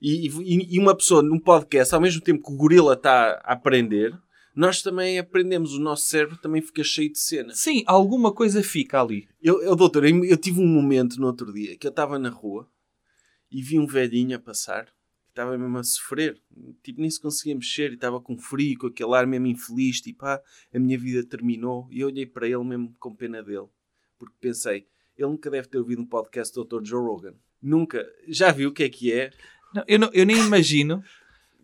S2: E, e- e uma pessoa num podcast, ao mesmo tempo que o gorila está a aprender, nós também aprendemos. O nosso cérebro também fica cheio de cenas.
S3: Sim, alguma coisa fica ali.
S2: Eu, eu, doutor, eu, eu tive um momento no outro dia que eu estava na rua e vi um velhinho a passar que estava mesmo a sofrer. Tipo, nem se conseguia mexer e estava com frio, com aquele ar mesmo infeliz. Tipo, ah, a minha vida terminou. E eu olhei para ele mesmo com pena dele. Porque pensei, ele nunca deve ter ouvido um podcast do Dr. Joe Rogan. Nunca. Já viu o que é que é?
S3: Não, eu, não- eu nem imagino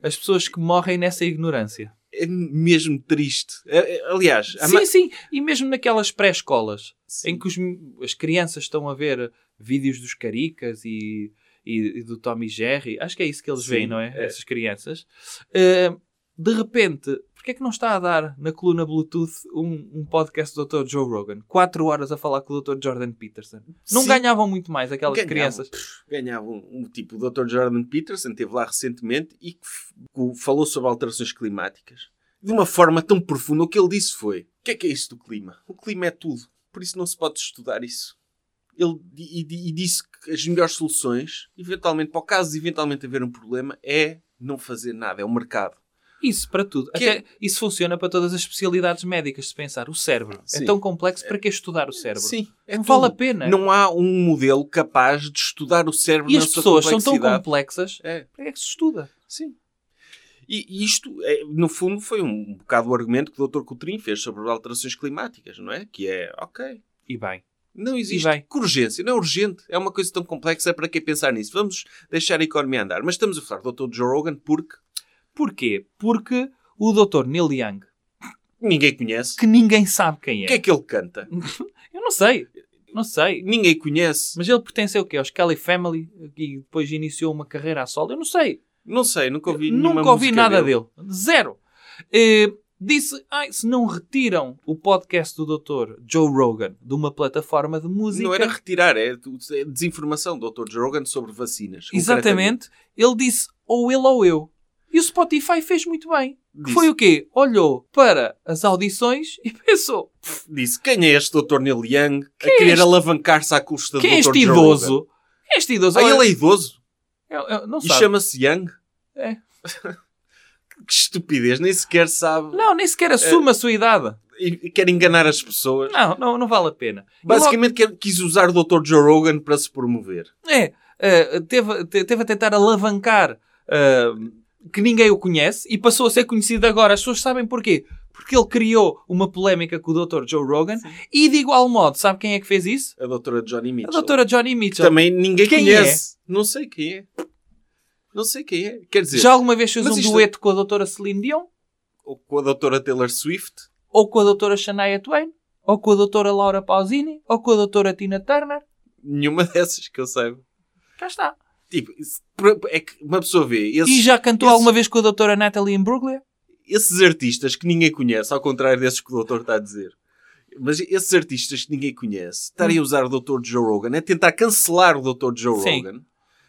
S3: as pessoas que morrem nessa ignorância.
S2: É mesmo triste. É- é- aliás, a
S3: sim,
S2: ma-
S3: sim. E mesmo naquelas pré-escolas
S2: Sim.
S3: em que os mi- as crianças estão a ver vídeos dos caricas e, e- e do Tommy Jerry. Acho que é isso que eles
S2: Sim,
S3: veem, não é?
S2: é.
S3: Essas crianças. Ah, de repente, porque é que não está a dar na coluna Bluetooth um, um podcast do Dr. Joe Rogan? Quatro horas a falar com o Dr. Jordan Peterson. Não
S2: Sim.
S3: ganhavam muito mais aquelas
S2: Ganhavam.
S3: crianças.
S2: ganhava um, um tipo, o Dr. Jordan Peterson esteve lá recentemente e que f- o- falou sobre alterações climáticas de uma forma tão profunda. O que ele disse foi: o que é que é isso do clima? O clima é tudo, por isso não se pode estudar isso. Ele di- e, di- e disse que as melhores soluções, eventualmente, para o caso de eventualmente haver um problema, é não fazer nada, é o mercado.
S3: Isso para tudo.
S2: Que- é-
S3: Até isso funciona para todas as especialidades médicas, se pensar. O cérebro
S2: Sim.
S3: é tão complexo para que estudar o cérebro?
S2: Sim, é
S3: não
S2: tudo.
S3: vale a pena.
S2: Não há um modelo capaz de estudar o cérebro
S3: E
S2: na
S3: as
S2: sua
S3: pessoas são tão
S2: complexidade.
S3: complexas,
S2: É.
S3: para que é que se estuda?
S2: Sim. E isto, é, no fundo, foi um bocado o argumento que o Dr. Coutrinho fez sobre alterações climáticas, não é? Que é, ok,
S3: E bem.
S2: não existe
S3: bem.
S2: que urgência, não é urgente, é uma coisa tão complexa, para que pensar nisso? Vamos deixar a economia andar. Mas estamos a falar do Dr. Joe Rogan porque
S3: Porquê? Porque o Dr. Neil Young,
S2: ninguém conhece.
S3: que ninguém sabe quem
S2: O
S3: é.
S2: que é que ele canta?
S3: Eu não sei. Não sei.
S2: Ninguém conhece.
S3: Mas ele pertence ao quê? Aos Kelly Family e depois iniciou uma carreira a solo? Eu não sei.
S2: Não sei, nunca ouvi nenhuma
S3: Nunca ouvi
S2: música
S3: nada dele. Zero. Eh, disse, ai, se não retiram o podcast do Dr. Joe Rogan de uma plataforma de música...
S2: Não era retirar, é é desinformação do Dr. Joe Rogan sobre vacinas.
S3: Exatamente. Ele disse, ou ele ou eu. E o Spotify fez muito bem. Que
S2: Disse.
S3: foi o quê? Olhou para as audições e (laughs) pensou,
S2: concretamente. Disse, quem é este Dr. Neil Young a
S3: é
S2: querer
S3: este?
S2: alavancar-se à custa
S3: quem
S2: do
S3: é
S2: Dr.
S3: este
S2: Joe Rogan?
S3: idoso? Este idoso...
S2: Ah,
S3: olha,
S2: ele é idoso?
S3: eu- eu não
S2: E
S3: sabe.
S2: chama-se Young?
S3: É.
S2: (laughs) que estupidez, nem sequer sabe.
S3: Não, nem sequer assume
S2: É.
S3: a sua idade.
S2: E quer enganar as pessoas.
S3: Não, não, não vale a pena. E
S2: Basicamente quer, quis usar o Dr. Joe Rogan para se promover.
S3: logo- é, eh, teve, te- teve a tentar alavancar eh, que ninguém o conhece e passou a ser conhecido agora. As pessoas sabem porquê. Porque ele criou uma polémica com o Dr. Joe Rogan e, de igual modo, sabe quem é que fez isso?
S2: A doutora Johnny Mitchell.
S3: A doutora Johnny
S2: Que
S3: Mitchell.
S2: Também ninguém
S3: Quem é?
S2: conhece. Não sei quem é. Não sei quem é. Quer dizer,
S3: Já alguma vez fez
S2: Mas
S3: um
S2: isto-
S3: dueto com a doutora Celine Dion?
S2: ou com a doutora Taylor Swift,
S3: Ou com a doutora Shania Twain? Ou com a doutora Laura Pausini? Ou com a doutora Tina Turner?
S2: nenhuma (laughs) dessas que eu saiba.
S3: Cá está.
S2: Tipo, isso- por- é que uma pessoa vê esses,
S3: E já cantou
S2: esse-
S3: alguma vez com a doutora Natalie Imbruglia?
S2: esses artistas que ninguém conhece, ao contrário desses que o doutor está a dizer. Mas esses artistas que ninguém conhece estarem a usar o Dr. Joe Rogan é tentar cancelar o Dr. Joe
S3: Sim.
S2: Rogan,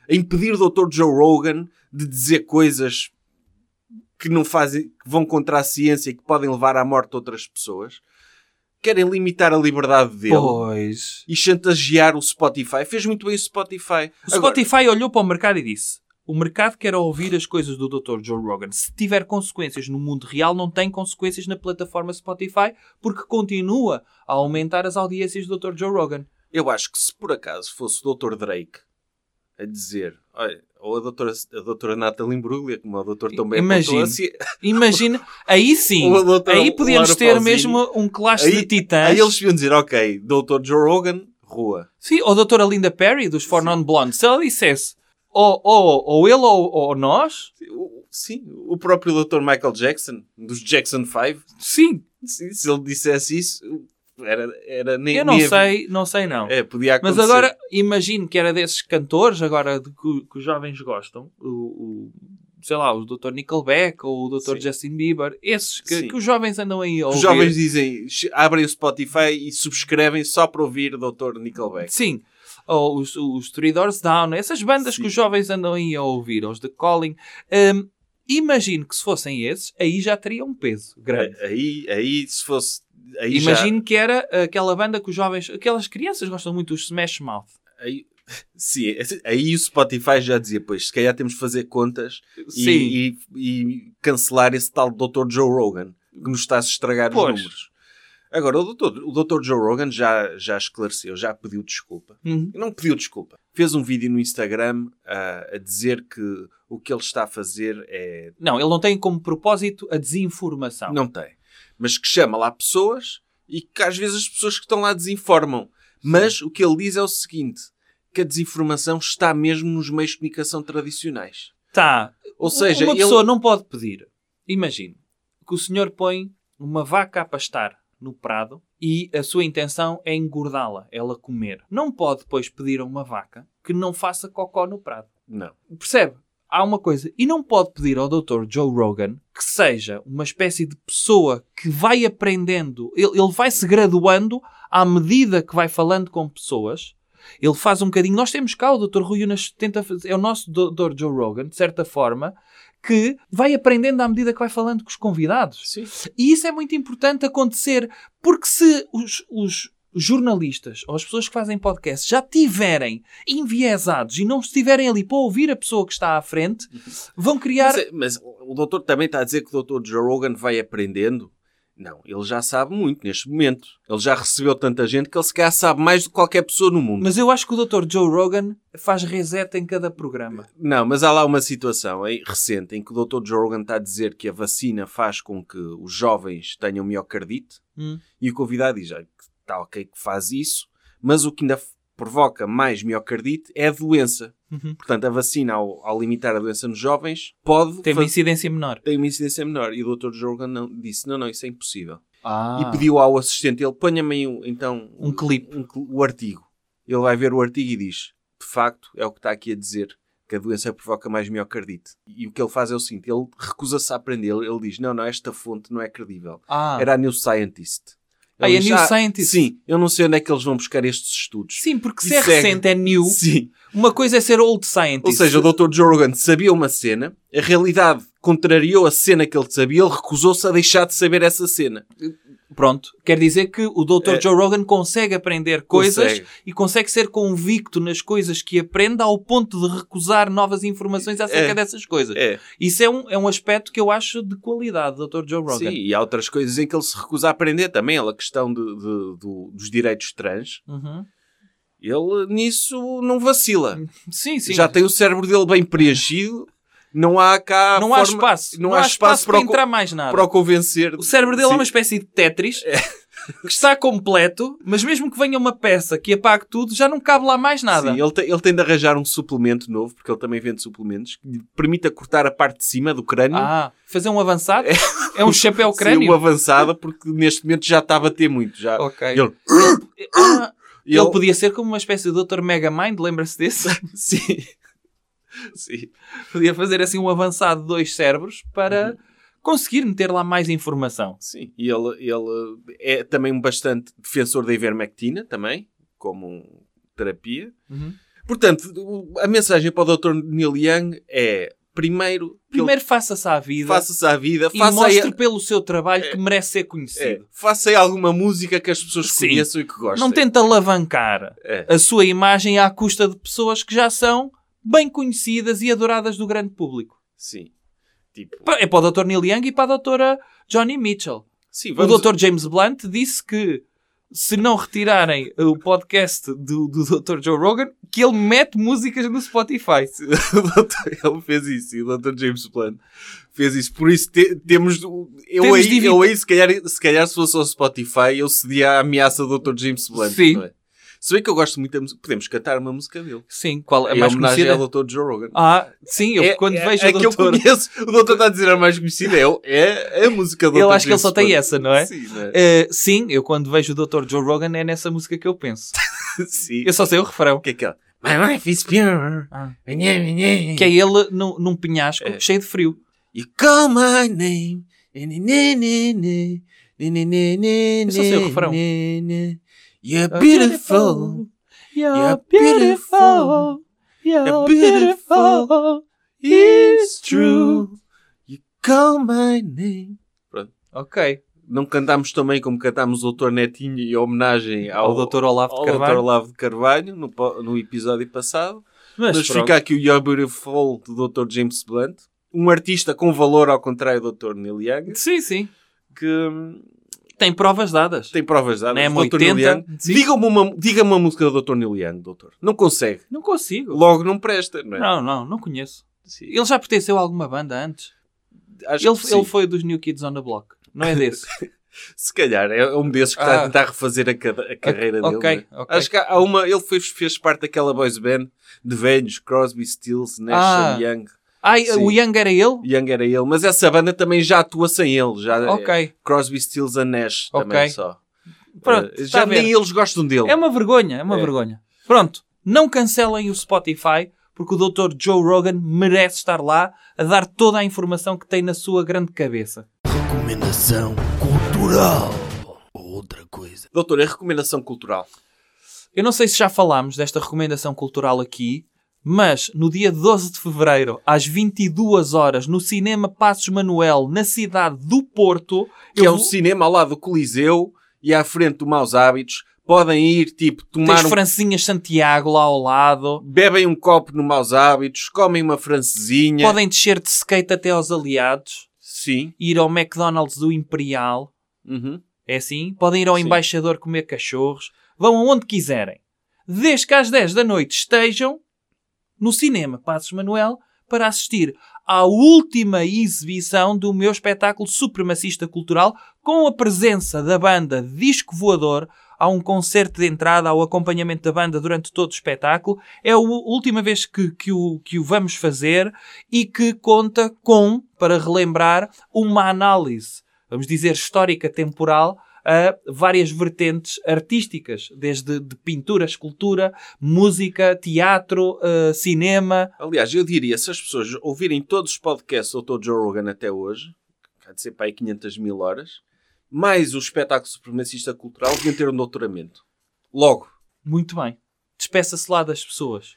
S2: a impedir o Dr. Joe Rogan de dizer coisas que não fazem, que vão contra a ciência e que podem levar à morte de outras pessoas. Querem limitar a liberdade dele
S3: Pois.
S2: e chantagear o Spotify. Fez muito bem o Spotify.
S3: O
S2: Agora,
S3: Spotify olhou para o mercado e disse: O mercado quer ouvir as coisas do Dr. Joe Rogan. Se tiver consequências no mundo real, não tem consequências na plataforma Spotify, porque continua a aumentar as audiências do Dr. Joe Rogan.
S2: Eu acho que se por acaso fosse o Dr. Drake a dizer, olha, ou a doutora, a doutora Natalie Imbruglia, como o doutor também assim,
S3: Imagino.
S2: a
S3: Imagina, aí
S2: (laughs)
S3: sim,
S2: Ou a doutora
S3: aí podíamos
S2: Laura
S3: ter
S2: Pausini.
S3: mesmo um clash de
S2: Aí-
S3: titãs.
S2: Aí eles iam dizer, ok, Dr. Joe Rogan, rua.
S3: Sim, ou a doutora Linda Perry, dos Four Non Blondes, se ela dissesse ou, ou, ou ele ou, ou nós,
S2: O- Sim, o próprio Dr. Michael Jackson, dos Jackson 5,
S3: sim,
S2: se, se ele dissesse isso, Era, era nem,
S3: Eu não
S2: nem-
S3: sei, não sei não.
S2: É, podia
S3: Mas
S2: acontecer.
S3: agora, imagino que era desses cantores, agora de que, que os jovens gostam, o, o- sei lá, o Dr. Nickelback ou o Dr.
S2: Sim.
S3: Justin Bieber, esses
S2: Sim.
S3: que, que os jovens andam aí a
S2: Os
S3: ouvir.
S2: jovens dizem, "Ch- abrem o Spotify e subscrevem só para ouvir Dr. Nickelback.
S3: Sim. Ou os, os Three Doors Down, essas bandas
S2: Sim.
S3: que os jovens andam aí a ouvir, ou os The Calling. Hum, imagino que se fossem esses, aí já teria um peso grande.
S2: Aí, aí se fosse. É, Aí
S3: imagino que era aquela banda que os jovens, aquelas crianças gostam muito, os Smash Mouth.
S2: Já, aí, sim, é, aí o Spotify já dizia, pois, se calhar temos de fazer contas e-
S3: Sim.
S2: E, e cancelar esse tal Dr. Joe Rogan que nos está a estragar
S3: Pois.
S2: os números. Agora, o Dr. o Dr. Joe Rogan já, já esclareceu, já pediu desculpa.
S3: Uhum.
S2: Não pediu desculpa. Fez um vídeo no Instagram ah, a dizer que o que ele está a fazer é
S3: Não, ele não tem como propósito a desinformação.
S2: Não tem. Mas que chama lá pessoas e que às vezes as pessoas que estão lá desinformam. Mas o que ele diz é o seguinte: que a desinformação está mesmo nos meios de comunicação tradicionais.
S3: Tá.
S2: Ou seja,
S3: uma
S2: ele-
S3: pessoa não pode pedir. Imagine que o senhor põe uma vaca a pastar no prado e a sua intenção é engordá-la, ela comer. Não pode depois pedir a uma vaca que não faça cocó no prado.
S2: Não.
S3: Percebe? Há uma coisa. E não pode pedir ao Dr. Joe Rogan que seja uma espécie de pessoa que vai aprendendo, ele, ele vai se graduando à medida que vai falando com pessoas. Ele faz um bocadinho. Nós temos cá o Dr. Rui Unas, tenta fazer, é o nosso Dr. Joe Rogan, de certa forma, que vai aprendendo à medida que vai falando com os convidados.
S2: Sim.
S3: E isso é muito importante acontecer, porque se os, os jornalistas ou as pessoas que fazem podcast já tiverem enviesados e não estiverem ali para ouvir a pessoa que está à frente, vão criar.
S2: Mas, é- mas o doutor também está a dizer que o doutor Joe Rogan vai aprendendo. Não, ele já sabe muito neste momento. Ele já recebeu tanta gente que ele se calhar sabe mais do que qualquer pessoa no mundo.
S3: Mas eu acho que o Dr. Joe Rogan faz reset em cada programa.
S2: Não, mas há lá uma situação hein, recente em que o Dr. Joe Rogan está a dizer que a vacina faz com que os jovens tenham miocardite
S3: Hum.
S2: e o convidado diz, "Ah, que está ok que faz isso, mas o que ainda f- provoca mais miocardite é a doença.
S3: Uhum.
S2: Portanto, a vacina, ao, ao limitar a doença nos jovens, pode
S3: Tem uma
S2: faz-
S3: incidência menor.
S2: tem uma incidência menor. E o Dr. Joe Rogan não, disse, não, não, isso é impossível.
S3: Ah.
S2: E pediu ao assistente, ele ponha-me aí, um- então
S3: Um clipe.
S2: um cl- o artigo. Ele vai ver o artigo e diz: de facto, é o que está aqui a dizer, que a doença provoca mais miocardite. E o que ele faz é o seguinte: ele recusa-se a aprender. Ele, ele diz: não, não, esta fonte não é credível.
S3: Ah.
S2: Era a New Scientist.
S3: Ah,
S2: Ele
S3: é
S2: diz,
S3: New Scientist."
S2: Sim, eu não sei onde é que eles vão buscar estes estudos.
S3: Sim, porque
S2: E
S3: se é
S2: segue.
S3: recente, é new.
S2: Sim.
S3: Uma coisa é ser old scientist.
S2: Ou seja, o Dr. Joe Rogan sabia uma cena, a realidade contrariou a cena que ele sabia, ele recusou-se a deixar de saber essa cena.
S3: Pronto, quer dizer que o Dr. Joe Rogan consegue aprender coisas
S2: É. Consegue.
S3: e consegue ser convicto nas coisas que aprende ao ponto de recusar novas informações acerca
S2: É.
S3: dessas coisas.
S2: É.
S3: Isso é um, é um aspecto que eu acho de qualidade, Dr. Joe Rogan.
S2: Sim, e há outras coisas em que ele se recusa a aprender também. A questão de- de- do- dos direitos trans.
S3: Uhum.
S2: Ele nisso não vacila.
S3: Sim, sim.
S2: Já tem o cérebro dele bem preenchido. Não há cá.
S3: não, há
S2: forma-
S3: espaço,
S2: Não, há espaço,
S3: para,
S2: para, o,
S3: entrar mais nada.
S2: para o convencer.
S3: O cérebro dele é
S2: Sim. É.
S3: uma espécie de Tetris que está completo, mas mesmo que venha uma peça que apague tudo, já não cabe lá mais nada.
S2: Sim, ele, tem, ele tem de arranjar um suplemento novo, porque ele também vende suplementos, que lhe permita cortar a parte de cima do crânio.
S3: Ah, fazer um avançado? É um chapéu crânio?
S2: Sim, o avançada, porque neste momento já está a bater muito. Já.
S3: Ok.
S2: Ele,
S3: Ah,
S2: ele,
S3: Ele... podia ser como uma espécie de Dr. Megamind, lembra-se desse?
S2: (laughs) Sim. Sim.
S3: (laughs) podia fazer assim um avançado de dois cérebros para
S2: Uhum.
S3: conseguir meter lá mais informação.
S2: Sim, e ele, ele é também bastante defensor da ivermectina, também, como um terapia.
S3: Uhum.
S2: Portanto, o- a mensagem para o Dr. Neil Young é, primeiro, que ele
S3: Primeiro faça-se à vida
S2: faça-se à vida,
S3: e
S2: faça aí,
S3: mostre pelo seu trabalho que merece ser
S2: é,
S3: conhecido.
S2: faça aí alguma música que as pessoas
S3: Sim.
S2: conheçam e que gostem.
S3: Não tente alavancar
S2: É.
S3: a sua imagem à custa de pessoas que já são bem conhecidas e adoradas do grande público.
S2: Sim. Tipo,
S3: Pa- É para o Dr. Neil Young e para a Dra. Johnny Mitchell.
S2: sim, vamos...
S3: O Dr. James Blunt disse que se não retirarem o podcast do, do Dr. Joe Rogan, que ele mete músicas no Spotify.
S2: (laughs) o doutor- ele fez isso, e o Dr. James Blunt fez isso. Por isso, te- temos... Eu,
S3: Temos de
S2: aí,
S3: evitar-
S2: eu aí, se calhar, se calhar se fosse ao Spotify, eu cedia à ameaça do Dr. James Blunt.
S3: Sim.
S2: não é? Se bem que eu gosto muito da música, podemos cantar uma música dele.
S3: Sim, qual é
S2: Em
S3: mais
S2: homenagem
S3: conhecida?
S2: ao Dr. Joe Rogan.
S3: Ah, sim, eu
S2: É-
S3: quando
S2: é-
S3: vejo
S2: é
S3: o
S2: que eu
S3: doutor...
S2: conheço, o doutor está a dizer a mais conhecida, é, o- é a música do
S3: Eu
S2: Dr.
S3: acho que ele só
S2: James
S3: tem
S2: Bond.
S3: essa, não é?
S2: Sim, não é?
S3: Eh, sim, eu quando vejo o Dr. Joe Rogan é nessa música que eu penso.
S2: Sim.
S3: Eu só sei o refrão.
S2: O que é que é? My life is pure.
S3: Ah.
S2: Minha, minha.
S3: Que é ele num, num penhasco
S2: É.
S3: cheio de frio.
S2: You call my name. Ni, ni, ni, ni, ni, ni, ni, ni,
S3: Eu só sei é o
S2: ni,
S3: refrão.
S2: ni, ni. You're beautiful.
S3: You're
S2: You're
S3: beautiful. You're
S2: You're
S3: beautiful.
S2: beautiful.
S3: It's true.
S2: You call my name.
S3: Ok.
S2: Não cantámos também como cantámos o Doutor Netinho em homenagem ao,
S3: Ao Dr. Olavo
S2: ao Dr.
S3: de Carvalho.
S2: Olavo de Carvalho no, po- no episódio passado.
S3: Mas,
S2: Mas,
S3: pronto.
S2: fica aqui o You're Beautiful do Dr. James Blunt. Um artista com valor ao contrário do Dr. Neil Young.
S3: Sim, sim.
S2: Que hum,
S3: Tem provas dadas.
S2: tem provas dadas.
S3: Não é uma
S2: Dr. Neil
S3: 80?
S2: Young.
S3: Sim.
S2: Diga-me uma, diga uma música do Dr. Neil Young, doutor. Não consegue.
S3: Não consigo.
S2: Logo não presta, não é?
S3: Não, não, não conheço.
S2: Sim.
S3: Ele já pertenceu a alguma banda antes.
S2: Acho
S3: Ele,
S2: que sim.
S3: ele foi dos New Kids on the Block. Não
S2: (laughs)
S3: é desse.
S2: Se calhar é um desses que está
S3: Ah.
S2: a tentar refazer a, cade- a carreira dele.
S3: ok,
S2: não é?
S3: ok.
S2: Acho que há há uma. Ele fez, fez parte daquela boys band de velhos, Crosby, Stills, Nash
S3: Ah.
S2: and Young.
S3: Ai,
S2: Sim.
S3: o Young era ele?
S2: Young era ele, mas essa banda também já atua sem ele. Já é
S3: Ok.
S2: Crosby, Stills and Nash
S3: Ok.
S2: também só.
S3: Pronto,
S2: Eh,
S3: está a
S2: já
S3: ver.
S2: nem eles gostam dele.
S3: É uma vergonha, é uma
S2: É.
S3: vergonha. Pronto, não cancelem o Spotify, porque o Dr. Joe Rogan merece estar lá a dar toda a informação que tem na sua grande cabeça.
S1: Recomendação cultural. Outra coisa.
S2: Doutor, é recomendação cultural.
S3: Eu não sei se já falámos desta recomendação cultural aqui, mas no dia 12 de fevereiro, às 22 horas, no Cinema Passos Manuel, na cidade do Porto,
S2: que
S3: eu
S2: é um
S3: vou-
S2: cinema ao lado do Coliseu e à frente do Maus Hábitos. Podem ir, tipo, tomar
S3: tens
S2: um...
S3: Francinhas Santiago lá ao lado,
S2: Bebem um copo no Maus Hábitos, comem uma francesinha.
S3: podem descer de skate até aos aliados,
S2: Sim.
S3: ir ao McDonald's do Imperial,
S2: Uhum.
S3: É assim? Podem ir ao
S2: Sim.
S3: embaixador comer cachorros. Vão aonde quiserem. Desde que às 10 da noite estejam no cinema Passos Manuel para assistir à última exibição do meu espetáculo supremacista cultural com a presença da banda Disco Voador a um concerto de entrada ao acompanhamento da banda durante todo o espetáculo. É a u- última vez que, que, o, que o vamos fazer e que conta com, para relembrar, uma análise, vamos dizer, histórica, temporal, a várias vertentes artísticas, desde de pintura, escultura, música, teatro, eh, cinema.
S2: Aliás, eu diria, se as pessoas ouvirem todos os podcasts do Dr. Joe Rogan até hoje, que há de ser para aí 500 mil horas, mais o espetáculo supremacista cultural, deviam ter um doutoramento. Logo.
S3: Muito bem. Despeça-se lá das pessoas.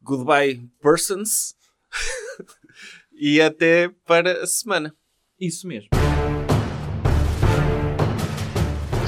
S2: Goodbye, persons. (laughs) e até para a semana.
S3: Isso mesmo.